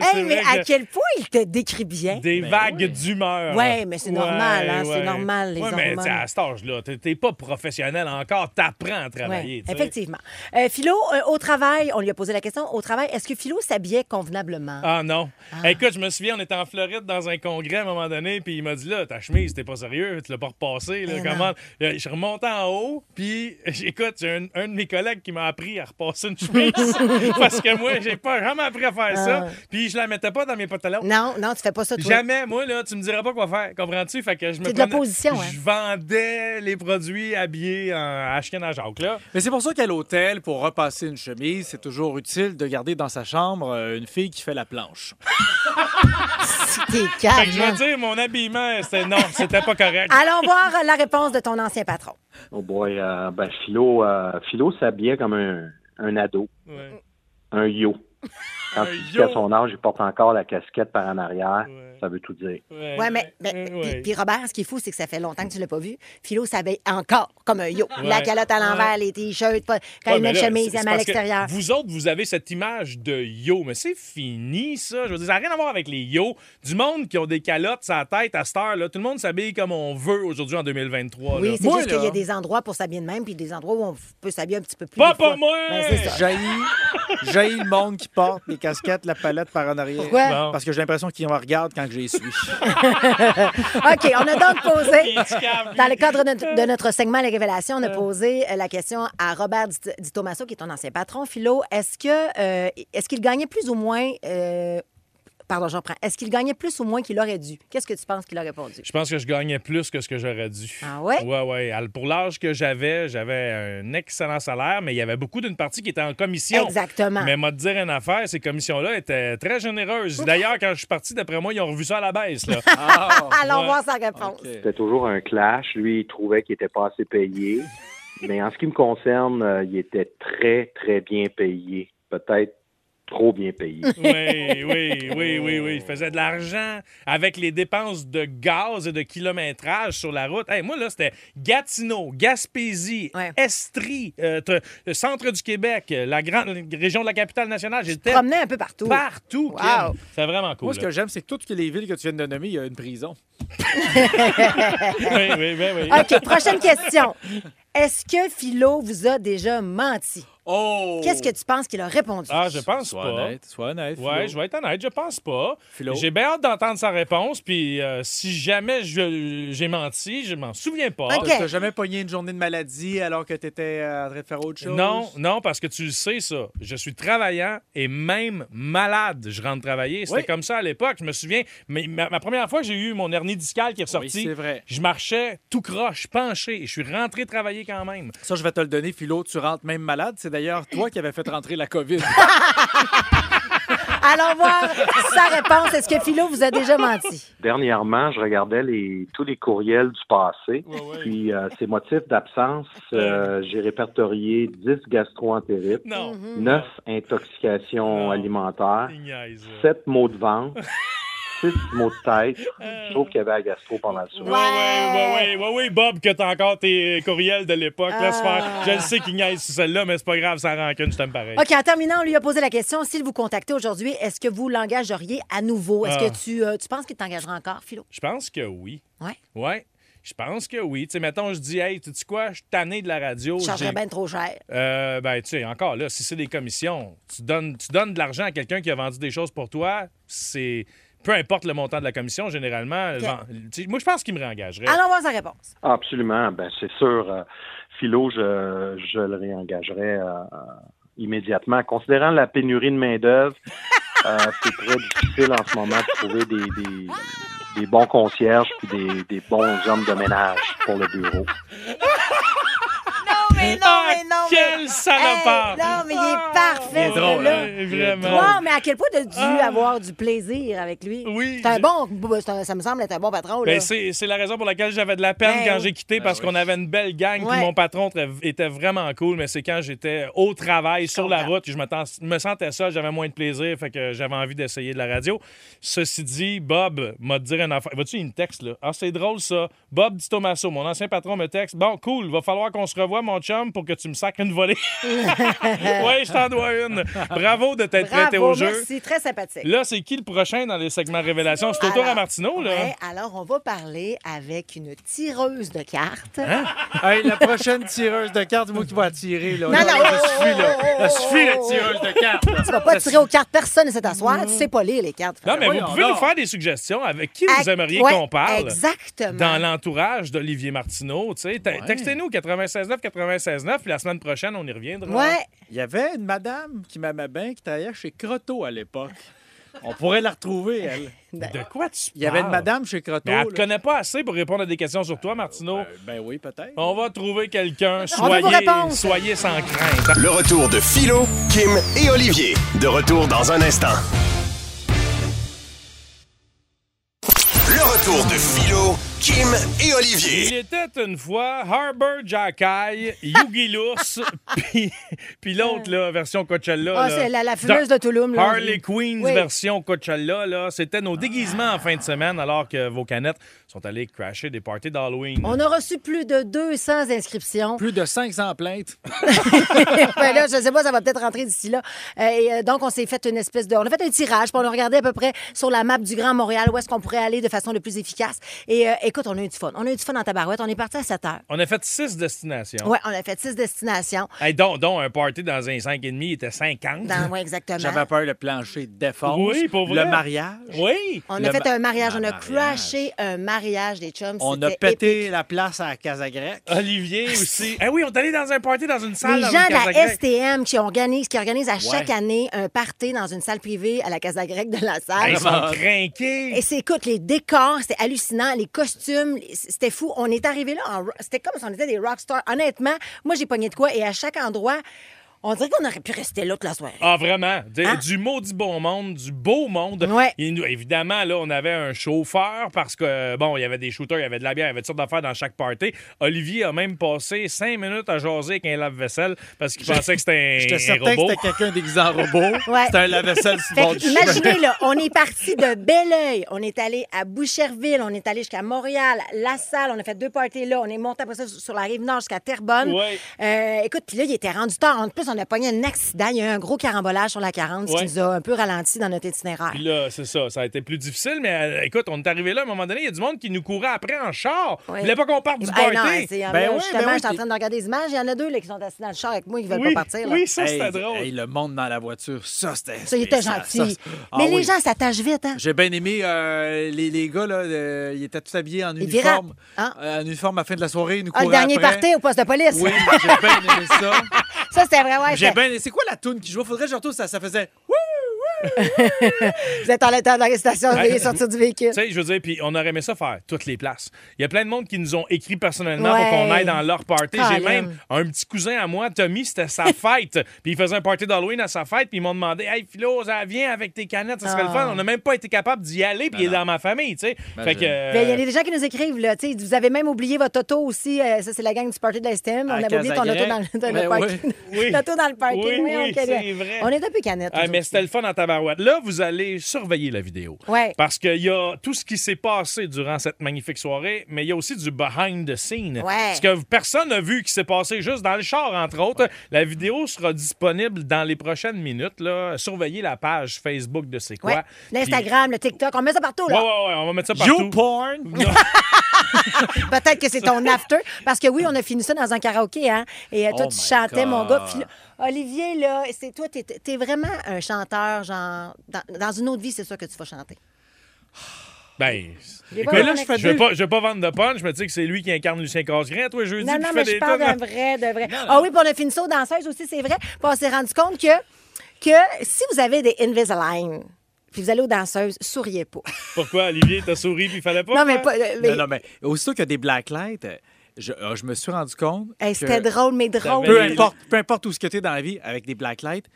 S1: c'est
S2: Hey, mais
S1: vrai
S2: à
S1: que
S2: quel point il te décrit bien.
S1: Des vagues d'humeur.
S2: Eh, ben Ouais, mais c'est normal, hein, c'est normal, les
S1: ouais, mais
S2: hormones.
S1: t'sais, à cet âge-là, t'es- t'es pas professionnel encore, t'apprends à
S2: Ouais,
S1: travailler. t'sais.
S2: effectivement. Euh, Philo, euh, au travail, on lui a posé la question, au travail, est-ce que Philo s'habillait convenablement?
S1: Ah non. Écoute, je me souviens, on était en Floride dans un congrès à un moment donné, puis il m'a dit là, ta chemise, t'es pas sérieux, tu l'as pas repassée. là,
S2: Eh non.
S1: comment? Là, Je suis remonté en haut, puis [LAUGHS] écoute, j'ai un, un de mes collègues qui m'a appris à repasser une chemise
S2: [LAUGHS]
S1: parce que moi, j'ai pas jamais appris à faire
S2: Ah.
S1: ça, puis je la mettais pas dans mes pantalons.
S2: Non, non, tu fais pas ça toi.
S1: Jamais, moi, là, tu me diras pas quoi faire. Comprends-tu? Fait que je me
S2: C'est de la
S1: prenais-
S2: position, hein?
S1: Je vendais les produits habillés en Ashken à Jacques, là.
S3: Mais c'est pour ça qu'à l'hôtel, pour repasser une chemise, c'est toujours utile de garder dans sa chambre euh, une fille qui fait la planche.
S2: T'es
S1: Fait
S2: calme.
S1: que je veux
S2: hein.
S1: dire, mon habillement, c'était non, c'était pas correct.
S2: Allons voir la réponse de ton ancien patron.
S9: Oh boy, euh, ben, Philo, euh, Philo s'habillait comme un, un ado,
S2: Ah!
S1: Ouais, [LAUGHS]
S9: un yo. Quand
S1: Un
S9: il dit
S1: yo.
S9: qu'à son âge, il porte encore la casquette par en arrière,
S1: Ouais.
S9: ça veut tout dire.
S1: ouais,
S2: Ouais, mais, mais-
S1: ouais,
S2: puis-
S1: Euh, ouais.
S2: puis Robert, ce qui est fou, c'est que ça fait longtemps que tu l'as pas vu. Philo s'habille encore comme un yo. La calotte à l'envers, les t-shirts, pas- quand
S1: Ouais,
S2: il
S1: mais
S2: met une
S1: là,
S2: chemise,
S1: c'est-
S2: il la
S1: c'est
S2: met à
S1: parce que
S2: l'extérieur.
S1: Vous autres, vous avez cette image de yo, mais c'est fini, ça. Je veux dire, ça n'a rien à voir avec les yo. Du monde qui ont des calottes sur la tête à cette heure-là, tout le monde s'habille comme on veut aujourd'hui en 2023. là.
S2: Oui, c'est
S3: Moi,
S2: juste qu'il y a
S3: là-
S2: des endroits pour s'habiller de même, puis des endroits où on peut s'habiller un petit peu plus.
S1: Pas
S2: des fois.
S1: pour moi!
S2: Ben, c'est ça.
S3: Jaillit, jaillit le monde qui porte les casquettes, la palette par en arrière.
S2: Pourquoi?
S1: Bon.
S3: Parce que j'ai l'impression qu'ils me regardent quand je les suis.
S2: OK, on a donc posé,
S1: [LAUGHS] Il se calme, lui.
S2: dans le cadre de notre, de notre segment Les Révélations, on a posé euh, la question à Robert Di Di Tommaso, qui est ton ancien patron. Philo, est-ce que euh, est-ce qu'il gagnait plus ou moins... euh, Pardon, j'en prends. Est-ce qu'il gagnait plus ou moins qu'il aurait dû? Qu'est-ce que tu penses qu'il a répondu?
S1: Je pense que je gagnais plus que ce que j'aurais dû.
S2: Ah ouais?
S1: Ouais, ouais. Alors, Pour l'âge que j'avais, j'avais un excellent salaire, mais il y avait beaucoup d'une partie qui était en commission.
S2: Exactement.
S1: Mais moi, te dire une affaire, ces commissions-là étaient très généreuses. D'ailleurs, quand je suis parti, d'après moi, ils ont revu ça à la baisse.
S2: [LAUGHS]
S1: Là.
S2: Allons
S3: Ah! [LAUGHS]
S1: ouais.
S2: voir sa réponse.
S9: C'était toujours un clash. Lui, il trouvait qu'il était pas assez payé. Mais en ce qui me concerne, euh, il était très, très bien payé. Peut-être trop bien payé.
S1: Oui, oui, oui, oui, oui. Je faisais de l'argent avec les dépenses de gaz et de kilométrage sur la route. Hey, moi, là, c'était Gatineau, Gaspésie,
S2: Ouais.
S1: Estrie, euh, t- le centre du Québec, euh, la grande région de la capitale nationale. J'étais
S2: Promener un peu partout.
S1: partout.
S2: Wow.
S1: Kim. C'est vraiment cool.
S3: Moi, ce
S1: là.
S3: que j'aime, c'est que toutes les villes que tu viens de nommer, il y a une prison.
S1: oui, oui, oui, oui.
S2: [LAUGHS]
S3: Ah,
S2: OK, prochaine question. Est-ce que Philo vous a déjà menti?
S3: Oh!
S2: Qu'est-ce que tu penses qu'il a répondu?
S1: Ah, je pense
S3: Sois
S1: pas.
S3: honnête, sois honnête.
S1: Ouais,
S3: Philo.
S1: je vais être honnête, je pense pas.
S3: Philo.
S1: J'ai bien hâte d'entendre sa réponse, puis euh, si jamais je- j'ai menti, je m'en souviens pas.
S2: OK.
S3: T'as Ah, jamais pogné une journée de maladie alors que t'étais euh, en train de faire autre chose?
S1: Non, non, parce que tu le sais, ça. Je suis travaillant et même malade. Je rentre travailler. C'était
S3: Oui.
S1: comme ça à l'époque. Je me souviens, mais ma, ma première fois que j'ai eu mon hernie discale qui est
S3: Oui,
S1: ressorti,
S3: c'est vrai.
S1: je marchais tout croche, penché. et Je suis rentré travailler quand même.
S3: Ça, je vais te le donner, Philo. Tu rentres même malade. C'est d'ailleurs toi qui avais fait rentrer la COVID.
S2: Allons
S1: [LAUGHS]
S2: voir sa réponse. Est-ce que Philo vous a déjà menti?
S9: Dernièrement, je regardais les, tous les courriels du passé. Puis, euh, ces motifs d'absence, euh, j'ai répertorié 10 gastro-entérites,
S1: Non.
S3: Mm-hmm.
S9: 9 intoxications
S1: Non.
S9: alimentaires,
S1: Il niaise, là.
S3: [LAUGHS]
S9: 7 maux de vente, six mots de tête.
S3: Euh.
S9: Je trouve qu'il y avait la gastro pas mal souvent.
S1: Ouais, ouais, ouais, ouais, ouais, Bob, que t'as encore tes euh, courriels de l'époque. Laisse
S2: Ah.
S1: faire. Je le sais qu'il niaise sur celle-là, mais c'est pas grave, ça rancune, je t'aime pareil.
S2: OK, en terminant, on lui a posé la question s'il vous contactait aujourd'hui, est-ce que vous l'engageriez à nouveau? Est-ce
S1: Ah.
S2: que tu, euh, tu penses qu'il t'engagera encore, Philo?
S1: Je pense que oui.
S2: Ouais.
S1: Ouais. Je pense que oui. Tu sais, mettons, je dis, hey, tu sais quoi, je suis tanné de la radio.
S2: Je
S1: Oh, j'ai-
S2: chargerais bien trop cher.
S1: Euh, ben, tu sais, encore là, si c'est des commissions, tu donnes, tu donnes de l'argent à quelqu'un qui a vendu des choses pour toi, c'est. Peu importe le montant de la commission, généralement. le vend- tu sais, Moi, je pense qu'il me réengagerait.
S2: Allons voir sa réponse.
S9: Absolument, ben c'est sûr. euh, Philo, je, je le réengagerais euh, immédiatement. Considérant la pénurie de main-d'œuvre, euh, c'est très difficile en ce moment de trouver des, des, des bons concierges puis des, des bons hommes de ménage pour le bureau.
S5: Non, mais non, mais non. mais-
S1: Ah,
S5: Ah!
S1: Quel salopard!
S2: Hey, non, mais il est parfait,
S3: Il
S2: ce
S3: est drôle,
S2: gars-là.
S3: hein?
S1: Ouais, Vraiment.
S2: Wow, mais à quel point t'as dû
S1: Ah.
S2: avoir du plaisir avec lui?
S1: Oui,
S2: C'est un
S1: j'ai-
S2: bon, c'est un- ça me semble être un bon patron, là.
S1: Ben, c'est c'est la raison pour laquelle j'avais de la peine
S2: Ben
S1: quand
S2: oui.
S1: j'ai quitté parce qu'on avait une belle gang puis
S2: Ouais.
S1: mon patron tra- était vraiment cool mais c'est quand j'étais au travail sur la route que je m'attends- me sentais ça j'avais moins de plaisir fait que j'avais envie d'essayer de la radio ceci dit Bob m'a dit une affaire vas-tu il me texte là ah c'est drôle ça Bob Di Tommaso mon ancien patron me texte bon cool va falloir qu'on se revoie mon chum pour que tu me sacres une volée [LAUGHS] ouais je t'en dois une bravo de t'être prêté
S2: Bravo,
S1: au jeu
S2: merci, très sympathique.
S1: là c'est qui le prochain dans les segments révélations c'est autour
S2: Alors,
S1: à Martineau là
S2: Ouais, alors, on va parler avec une tireuse de cartes.
S3: [LAUGHS]
S1: Hein?
S3: Hey, la prochaine tireuse de cartes, moi qui vais tirer. Là.
S2: Non, non,
S3: ça
S2: oh,
S3: suffit, là.
S2: oh, oh,
S3: Ça suffit, la
S2: oh, oh.
S3: tireuse de cartes. là.
S2: Tu vas pas
S3: Ça
S2: tirer aux cartes, personne ne s'est asseoir. Tu sais pas lire les cartes.
S1: Mm. Non, mais vous
S3: Voyons
S1: pouvez nous
S3: donc.
S1: faire des suggestions avec qui vous
S2: À-
S1: aimeriez
S2: ouais,
S1: qu'on parle
S2: Exactement.
S1: dans l'entourage d'Olivier Martineau. tu sais. Te- Textez-nous au 96.9, 96.9, puis la semaine prochaine, on y reviendra.
S2: Ouais.
S3: Il y avait une madame qui m'aimait bien, qui travaillait chez Croteau à l'époque. On pourrait la retrouver, elle.
S2: Ben,
S1: De quoi tu
S3: Il y avait une
S1: parles?
S3: madame chez Croteau.
S1: Mais elle ne
S3: là.
S1: connaît pas assez pour répondre à des questions sur toi, Martineau.
S3: Euh, ben oui, peut-être.
S1: On va trouver quelqu'un.
S2: On veut vos
S1: Soyez,
S2: réponses.
S1: soyez sans crainte.
S4: Le retour de Philo, Kim et Olivier. De retour dans un instant. Le retour de Philo, Kim et Olivier.
S1: Il était une fois Harbour Jackai, Yugi Lours, [LAUGHS] puis, puis l'autre, là, version Coachella.
S2: Ah,
S1: là.
S2: c'est la, la fumeuse de Toulouse. là.
S1: Harley Quinn
S2: Oui.
S1: version Coachella, là, c'était nos déguisements en fin de semaine alors que vos canettes sont allées crasher des parties d'Halloween.
S2: On a reçu plus de 200 inscriptions.
S3: Plus de 500 plaintes.
S2: Ben là, je sais pas, ça va peut-être rentrer d'ici là. Euh, et, euh, donc, on s'est fait une espèce de... On a fait un tirage, puis on a regardé à peu près sur la map du Grand Montréal où est-ce qu'on pourrait aller de façon le plus efficace. Et euh, écoute, on a eu du fun. On a eu du fun en tabarouette. On est parti à 7 heures.
S1: On a fait six destinations.
S2: Ouais, on a fait six destinations.
S1: Hey, donc, donc, un party dans un 5,5, il était 50.
S2: Dans, ouais, exactement.
S3: J'avais peur le plancher de défense.
S1: Oui, pour vrai.
S3: Le mariage.
S1: Oui!
S2: On
S3: Le
S2: a fait
S3: ma-
S2: un mariage,
S3: un
S2: on a
S3: mariage.
S2: crashé un mariage des chums.
S3: On a
S2: c'était
S3: pété la place à la Casa Grecque.
S1: Olivier aussi. Eh oui, on est allé dans un party dans une salle.
S2: Les
S1: dans
S2: gens
S1: une
S2: de la
S1: Casa Grecque.
S2: STM qui organisent, qui organisent à chaque année un party dans une salle privée à la Casa Grecque de la
S1: Hey,
S2: salle.
S1: Ils sont crinqués.
S2: Et c'est, écoute, les décors, c'était hallucinant, les costumes, les- c'était fou. On est arrivé là, en ro- c'était comme si on était des rockstars. Honnêtement, moi, j'ai pogné de quoi. Et à chaque endroit, on dirait qu'on aurait pu rester là toute la soirée.
S1: Ah, vraiment? De-
S2: Hein?
S1: Du maudit bon monde, du beau monde.
S2: Ouais.
S1: Et nous- évidemment, là, on avait un chauffeur parce que, euh, bon, il y avait des shooters, il y avait de la bière, il y avait toutes sortes d'affaires dans chaque party. Olivier a même passé cinq minutes à jaser avec un lave-vaisselle parce qu'il pensait que c'était
S3: J'étais
S1: un- un,
S3: certain que
S1: robot.
S3: c'était quelqu'un déguisé en robot.
S2: [LAUGHS] Ouais.
S3: C'était un lave-vaisselle sur le bord
S2: Fait
S3: du
S2: que,
S3: chemin.
S2: imaginez, là, on est parti de Belleuil, on est allé à Boucherville, on est allé jusqu'à Montréal, La Salle, on a fait deux parties là, on est monté après ça sur la rive nord jusqu'à Terrebonne.
S1: Ouais.
S2: Euh, écoute, puis là, il était rendu tard. En plus, on a pogné un accident, il y a eu un gros carambolage sur la 40, ce
S1: Ouais.
S2: qui nous a un peu ralenti dans notre itinéraire.
S1: Puis là, c'est ça, ça a été plus difficile, mais euh, écoute, on est arrivé là, à un moment donné, il y a du monde qui nous courait après en char. Il
S2: Ouais.
S1: voulait pas qu'on parte du
S2: Ah, non,
S1: party.
S2: c'est-
S3: Ben
S2: là,
S3: oui,
S2: justement,
S3: ben oui,
S2: je suis en
S3: puis-
S2: train de regarder les images. Il y en a deux là, qui sont assis dans le char avec moi qui veulent
S1: oui,
S2: pas partir. là.
S1: oui, ça,
S3: Hey,
S1: c'était drôle.
S3: hey, le monde dans la voiture, ça, c'était.
S2: Ça, il était
S3: spécial,
S2: gentil.
S3: ça, c'est- Ah
S2: Mais les
S3: oui.
S2: gens s'attachent vite, hein?
S3: J'ai bien aimé euh, les, les gars, là, de- ils étaient tous habillés en
S2: Ils
S3: uniforme.
S2: dérapent, hein?
S3: Euh, en uniforme à la fin de la soirée, ils nous
S2: Ah, le
S3: couraient
S2: dernier
S3: après.
S2: party au poste de police.
S3: Oui, j'ai bien aimé ça.
S2: [LAUGHS] Ça, c'était vraiment. ouais,
S3: J'ai
S2: c'était-
S3: bien aimé. C'est quoi la toune qui jouait? Faudrait que je retourne, ça, ça faisait. Wouh!
S2: Vous êtes en état d'arrestation, veuillez sortir du véhicule.
S1: Tu sais, je veux dire, puis on aurait aimé ça faire toutes les places. Il y a plein de monde qui nous ont écrit personnellement pour
S2: Ouais.
S1: qu'on aille dans leur party.
S2: Colin.
S1: J'ai même un petit cousin à moi, Tommy,
S2: [LAUGHS]
S1: c'était sa fête. puis il faisait un party d'Halloween à sa fête, puis ils m'ont demandé Hey, Philo, ça, viens avec tes canettes, ça serait le
S2: Ah.
S1: fun. On n'a même pas été capable d'y aller, puis il est dans ma famille, tu sais. Fait que. euh,
S2: Ben, Il y a des gens qui nous écrivent, là. Tu sais, vous avez même oublié votre auto aussi. Euh, ça, c'est la gang du party de la STM. On
S3: À
S2: avait oublié ton auto
S3: Casagrec.
S2: dans, le- dans le
S3: Ben
S2: parking.
S1: oui.
S2: L'auto dans le parking.
S1: Oui, oui,
S2: on-
S1: c'est vrai.
S2: On est un peu canette.
S1: ah, mais c'était le fun en tabarouette. Là, vous allez surveiller la vidéo.
S2: Ouais.
S1: Parce qu'il y a tout ce qui s'est passé durant cette magnifique soirée, mais il y a aussi du behind the scene.
S2: Ouais.
S1: Ce que personne n'a vu qui s'est passé juste dans le char, entre autres. La vidéo sera disponible dans les prochaines minutes. Là. Surveillez la page Facebook de C'est quoi.
S2: Ouais. L'Instagram, le TikTok, on met ça partout,
S1: Puis- Ouais,
S2: là.
S1: ouais, ouais, on va mettre ça partout.
S3: YouPorn!
S2: Peut-être que c'est ton after. Parce que oui, on a fini ça dans un karaoké, hein? Et euh, toi,
S3: Oh
S2: tu
S3: my
S2: chantais,
S3: God.
S2: mon gars. Puis là, Olivier, là, c'est toi, t'es, t'es vraiment un chanteur, genre. Dans, dans une autre vie, c'est sûr que tu vas chanter.
S1: Ben,
S2: J'ai
S1: écoute,
S2: pas
S1: là,
S2: vraiment
S1: je, fais- je vais pas, je vais pas vendre de punch, je me dis que c'est lui qui incarne Lucien Casgrain, toi, jeudi,
S2: Non,
S1: qui
S2: non,
S1: fait
S2: mais
S1: des
S2: je parle
S1: tonnes.
S2: d'un vrai, de vrai. Ah oui, puis on a fini ça aux danseuses aussi, c'est vrai. Puis on s'est rendu compte que, que si vous avez des Invisalign, puis vous allez aux danseuses, souriez pas.
S1: Pourquoi, Olivier, t'as souri puis il fallait pas?
S2: non, mais
S1: hein?
S2: pas. euh, mais-
S3: Non, non, mais aussitôt qu'il y a des blacklights, euh, je, euh, je me suis rendu compte.
S2: Hey, c'était
S3: que
S2: drôle, mais drôle.
S3: Peu
S1: Mais-
S3: importe, peu importe où ce que tu es dans la vie, avec des blacklights,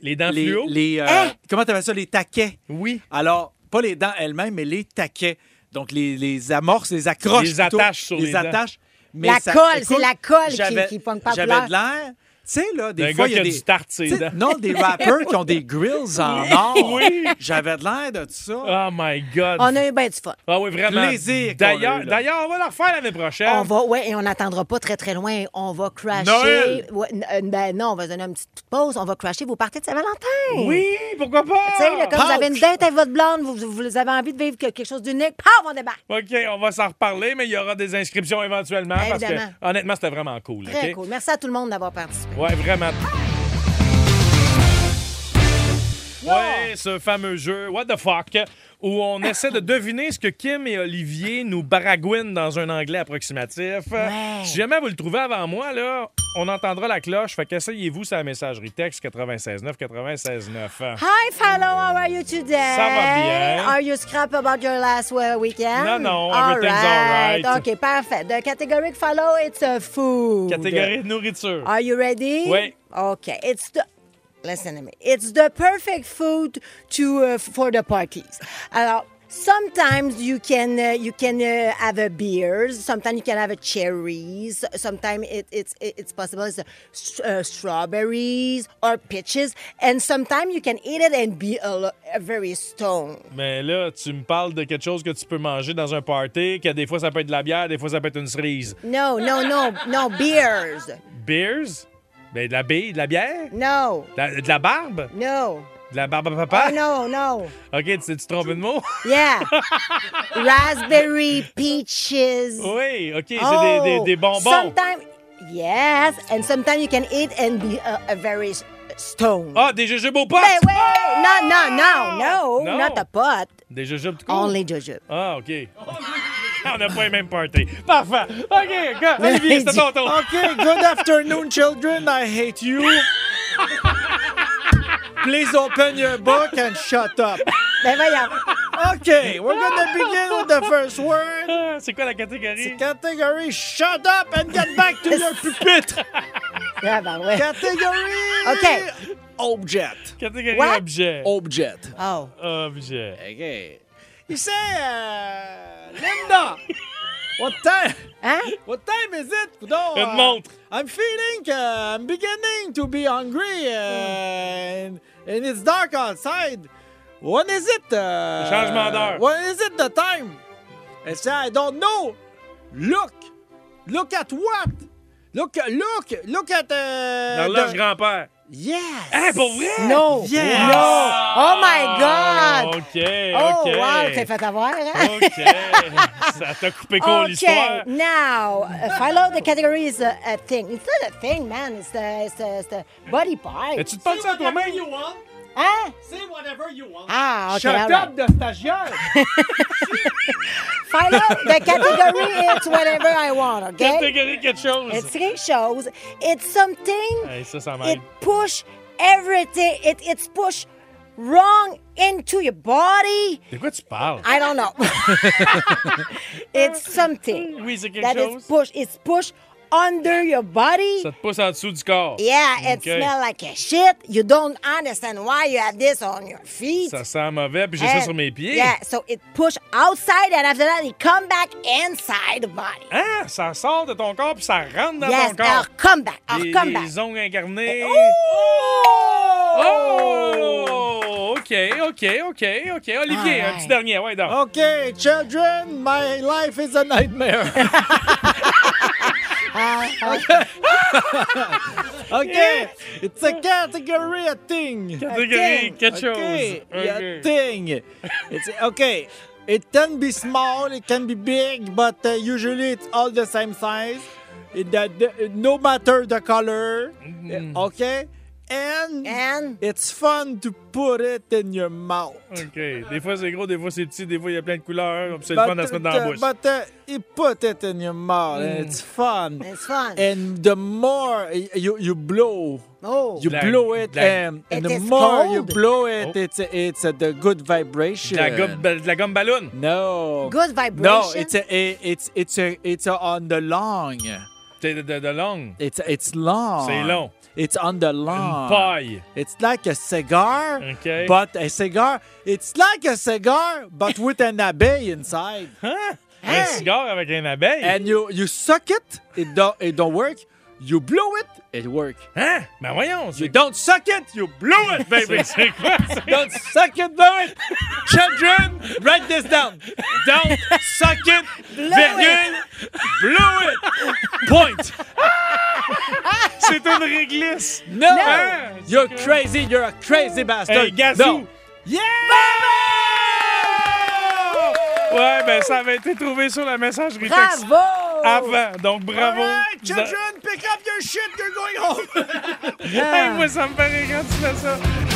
S1: Les dents
S3: les.
S1: fluo?
S3: les euh,
S2: Hein?
S3: Comment t'appelles ça? Les taquets.
S1: Oui.
S3: Alors, pas les dents elles-mêmes, mais les taquets. Donc, les, les amorces, les accroches.
S1: Les
S3: plutôt.
S1: attaches sur les dents.
S3: attaches. Mais
S2: La
S3: ça-
S2: colle,
S3: écoute,
S2: c'est la colle qui-
S3: j'avais-
S2: qui pogne pas de
S3: J'avais
S2: pleurs.
S3: de l'air. Tu sais, là, des
S1: D'un
S3: fois,
S1: gars
S3: il y a
S1: qui a
S3: des...
S1: du tarte, ses
S3: tu sais,
S1: dents.
S3: Non,
S1: [LAUGHS]
S3: des rappers qui ont des grills en or.
S1: Oui.
S3: J'avais de l'air de ça.
S1: Oh my God.
S2: On a eu bien du fun.
S1: Ah oui, vraiment.
S3: Plaisir qu'on a
S1: D'ailleurs,
S3: eu, là.
S1: d'ailleurs, on va la refaire l'année prochaine.
S2: On va, ouais, et on n'attendra pas très, très loin. On va crasher.
S1: Noël!
S2: Ouais, n- euh, ben non, on va donner une petite pause. On va crasher vos parties de Saint-Valentin.
S1: Oui, pourquoi pas?
S2: Tu sais, là, comme vous
S3: Pâques!
S2: avez une date avec votre blonde, vous, vous avez envie de vivre que- quelque chose d'unique, paf, on débarque.
S1: OK, on va s'en reparler, mais il y aura des inscriptions éventuellement. Parce
S2: Évidemment.
S1: que, honnêtement, c'était vraiment cool.
S2: Très
S1: OK?
S2: cool. Merci à tout le monde d'avoir participé.
S1: Ouais, vraiment. Ouais, ce fameux jeu, What the fuck, où on essaie de deviner ce que Kim et Olivier nous baragouinent dans un anglais approximatif.
S2: Ouais.
S1: Si jamais vous le trouvez avant moi, là, on entendra la cloche. Fait qu'essayez-vous sur la messagerie texte 969 969.
S2: Hi, fellow, how are you today?
S1: Ça va bien.
S2: Are you scrap about your last uh, weekend?
S1: Non, non,
S2: All
S1: everything's all right.
S2: OK, parfait. The categoric fellow, it's a food.
S1: [LAUGHS] Catégorie de nourriture.
S2: Are you ready?
S1: Oui.
S2: Okay. It's the listen to me. It's the perfect food to uh, for the parties. Alors, sometimes you can uh, you can uh, have a beers. Sometimes you can have a cherries. Sometimes it, it's it- it's possible it's uh, st- uh, strawberries or peaches. And sometimes you can eat it and be a, lo- a very stoned.
S1: Mais là, tu me parles de quelque chose que tu peux manger dans un party, que des fois ça peut être de la bière, des fois ça peut être une cerise.
S2: No, no, no, no beers.
S1: Beers? Ben, de la bille, de la bière?
S2: No,
S1: De la, de la barbe?
S2: no.
S1: De la barbe à
S2: Oh
S1: papa?
S2: no, no.
S1: OK, tu t'es-tu
S2: [LAUGHS]
S1: trompé de mot?
S2: Yeah. Raspberry, peaches.
S1: oui, OK, c'est
S2: Oh.
S1: des, des- des bonbons.
S2: Sometimes, yes, and sometimes you can eat and be a, a very s- stone.
S1: Ah, des jujubes au pot!
S2: Hey, wait, Oh, no, no, no, no,
S1: No.
S2: not the pot.
S1: Des jujubes tout court?
S2: Only jujube.
S1: Ah, OK. Ah, On n'a pas les mêmes parties. Parfait.
S2: [LAUGHS]
S1: OK, gars, Olivier, c'est ton tour.
S3: OK, good afternoon, children. I hate you. Please open your book and shut up.
S2: Ben voyons.
S3: OK, we're gonna begin with the first word.
S1: Ah, C'est quoi la catégorie?
S3: Category shut up and get back to [LAUGHS] your pupitre.
S2: Ah, ben ouais.
S3: Category
S2: OK.
S3: object.
S1: Catégorie
S2: What?
S1: objet.
S3: Object.
S2: Oh.
S1: Objet.
S3: OK. You say, uh, [LAUGHS] Linda, what time?
S2: Hein?
S3: What time is it?
S2: Oh.
S3: No,
S1: Une montre.
S3: I'm feeling, uh, I'm beginning to be hungry, uh, and, and it's dark outside. When is it? Uh,
S1: Changement d'heure.
S3: When is it the time? I say, I don't know. Look, look at what? Look, look, look at.
S2: Euh,
S3: Uh,
S1: Horloge
S3: the-
S1: grand-père.
S3: Yes.
S1: Hein, pour vrai?
S2: No.
S3: Yes.
S2: No. Oh my
S1: Ah,
S2: God.
S1: OK,
S2: Oh,
S1: OK.
S2: wow, t'es fait avoir, hein? [LAUGHS]
S1: OK. Ça t'a coupé court
S2: Okay,
S1: l'histoire.
S2: now, uh, follow the category is a, a thing. It's not a thing, man. It's the, it's the, it's the body part.
S1: Mais tu te parles ça à toi-même?
S2: Hein?
S3: Say whatever you want.
S2: Ah, okay.
S3: Shut
S2: all right.
S3: up, de stagiaire.
S2: Follow the category is whatever I want, okay?
S1: Catégorie quelque chose.
S2: It's three shows. It's something.
S1: Hey, ça, ça
S2: it
S1: m'aide.
S2: push everything. It it's push wrong into your body.
S1: De quoi tu parles?
S2: I don't know. [LAUGHS] it's something
S1: Oui, c'est quelque
S2: that is
S1: chose.
S2: push. It's push under your body.
S1: Ça te pousse en dessous du corps.
S2: Yeah, it
S1: Okay.
S2: smells like a shit. You don't understand why you have this on your feet.
S1: Ça sent mauvais, puis j'ai ça
S2: And-
S1: sur mes pieds.
S2: Yeah, so it push outside and after that it come back inside the body.
S1: Hein? Ça sort de ton corps, puis ça rentre dans
S2: yes,
S1: ton corps.
S2: our comeback, our
S1: Les,
S2: comeback.
S1: les ongles incarnés.
S2: Oh!
S1: Oh! OK. OK, OK, OK, OK. Olivier,
S2: Ah,
S1: un
S2: ouais.
S1: petit dernier. Ouais, donc.
S3: OK, children, my life is a [LAUGHS] nightmare. Uh, [LAUGHS] OK, it's a category a thing.
S1: Catégorie, quelque chose.
S3: Okay, a
S1: OK.
S3: thing. It's okay. It can be small, it can be big, but uh, usually it's all the same size. It, that the- no matter the color. Uh, Okay? And,
S2: And?
S3: it's fun to put it in your mouth.
S1: OK. Des fois, c'est gros, des fois, c'est petit, des fois, il y a plein de couleurs. puis C'est le fun à se mettre dans la
S3: uh,
S1: bouche.
S3: but, uh, you put it in your mouth
S1: Mm.
S3: and it's fun.
S2: It's fun.
S3: And the more y- you, you blow,
S2: Oh.
S3: you
S1: La-
S3: blow it,
S1: la-
S3: um, and
S2: It
S3: the
S2: is
S3: more you
S2: cold.
S3: blow it,
S1: Oh.
S3: it's it's uh, the good
S1: De
S3: vibration.
S1: la, gomme, de la gomme ballon.
S3: No.
S2: Good vibration.
S3: No, it's a, a- it's it's a, it's a on the long.
S1: C'est de, de, de longue.
S3: It's it's long.
S1: C'est long.
S3: It's on the
S1: Une
S3: long.
S1: paille.
S3: It's like a cigar,
S1: Okay.
S3: but a cigar. It's like a cigar, but with an abeille inside.
S1: Hein? Un cigare avec une abeille.
S3: And you you suck it, it don't it don't work. You blow it, it work.
S1: Hein? Ben voyons.
S3: You
S1: c'est-
S3: don't suck it, you blow it, baby.
S1: [LAUGHS] C'est c'est quoi? ça?
S3: don't suck it, blow it. Children, write this down. Don't suck it, virgule, blow it. Point.
S1: C'est une réglisse.
S3: No!
S1: No.
S3: You're crazy, you're a crazy bastard!
S1: Hey, Gazou.
S3: No. Yeah!
S1: Ouais, ben ça avait été trouvé sur la messagerie texte
S2: Bravo!
S1: avant. Donc bravo.
S3: Alright,
S1: Vous a-
S3: children, pick up your shit, you're going home! [LAUGHS]
S1: Hey, moi, ça me paraît quand tu fais ça.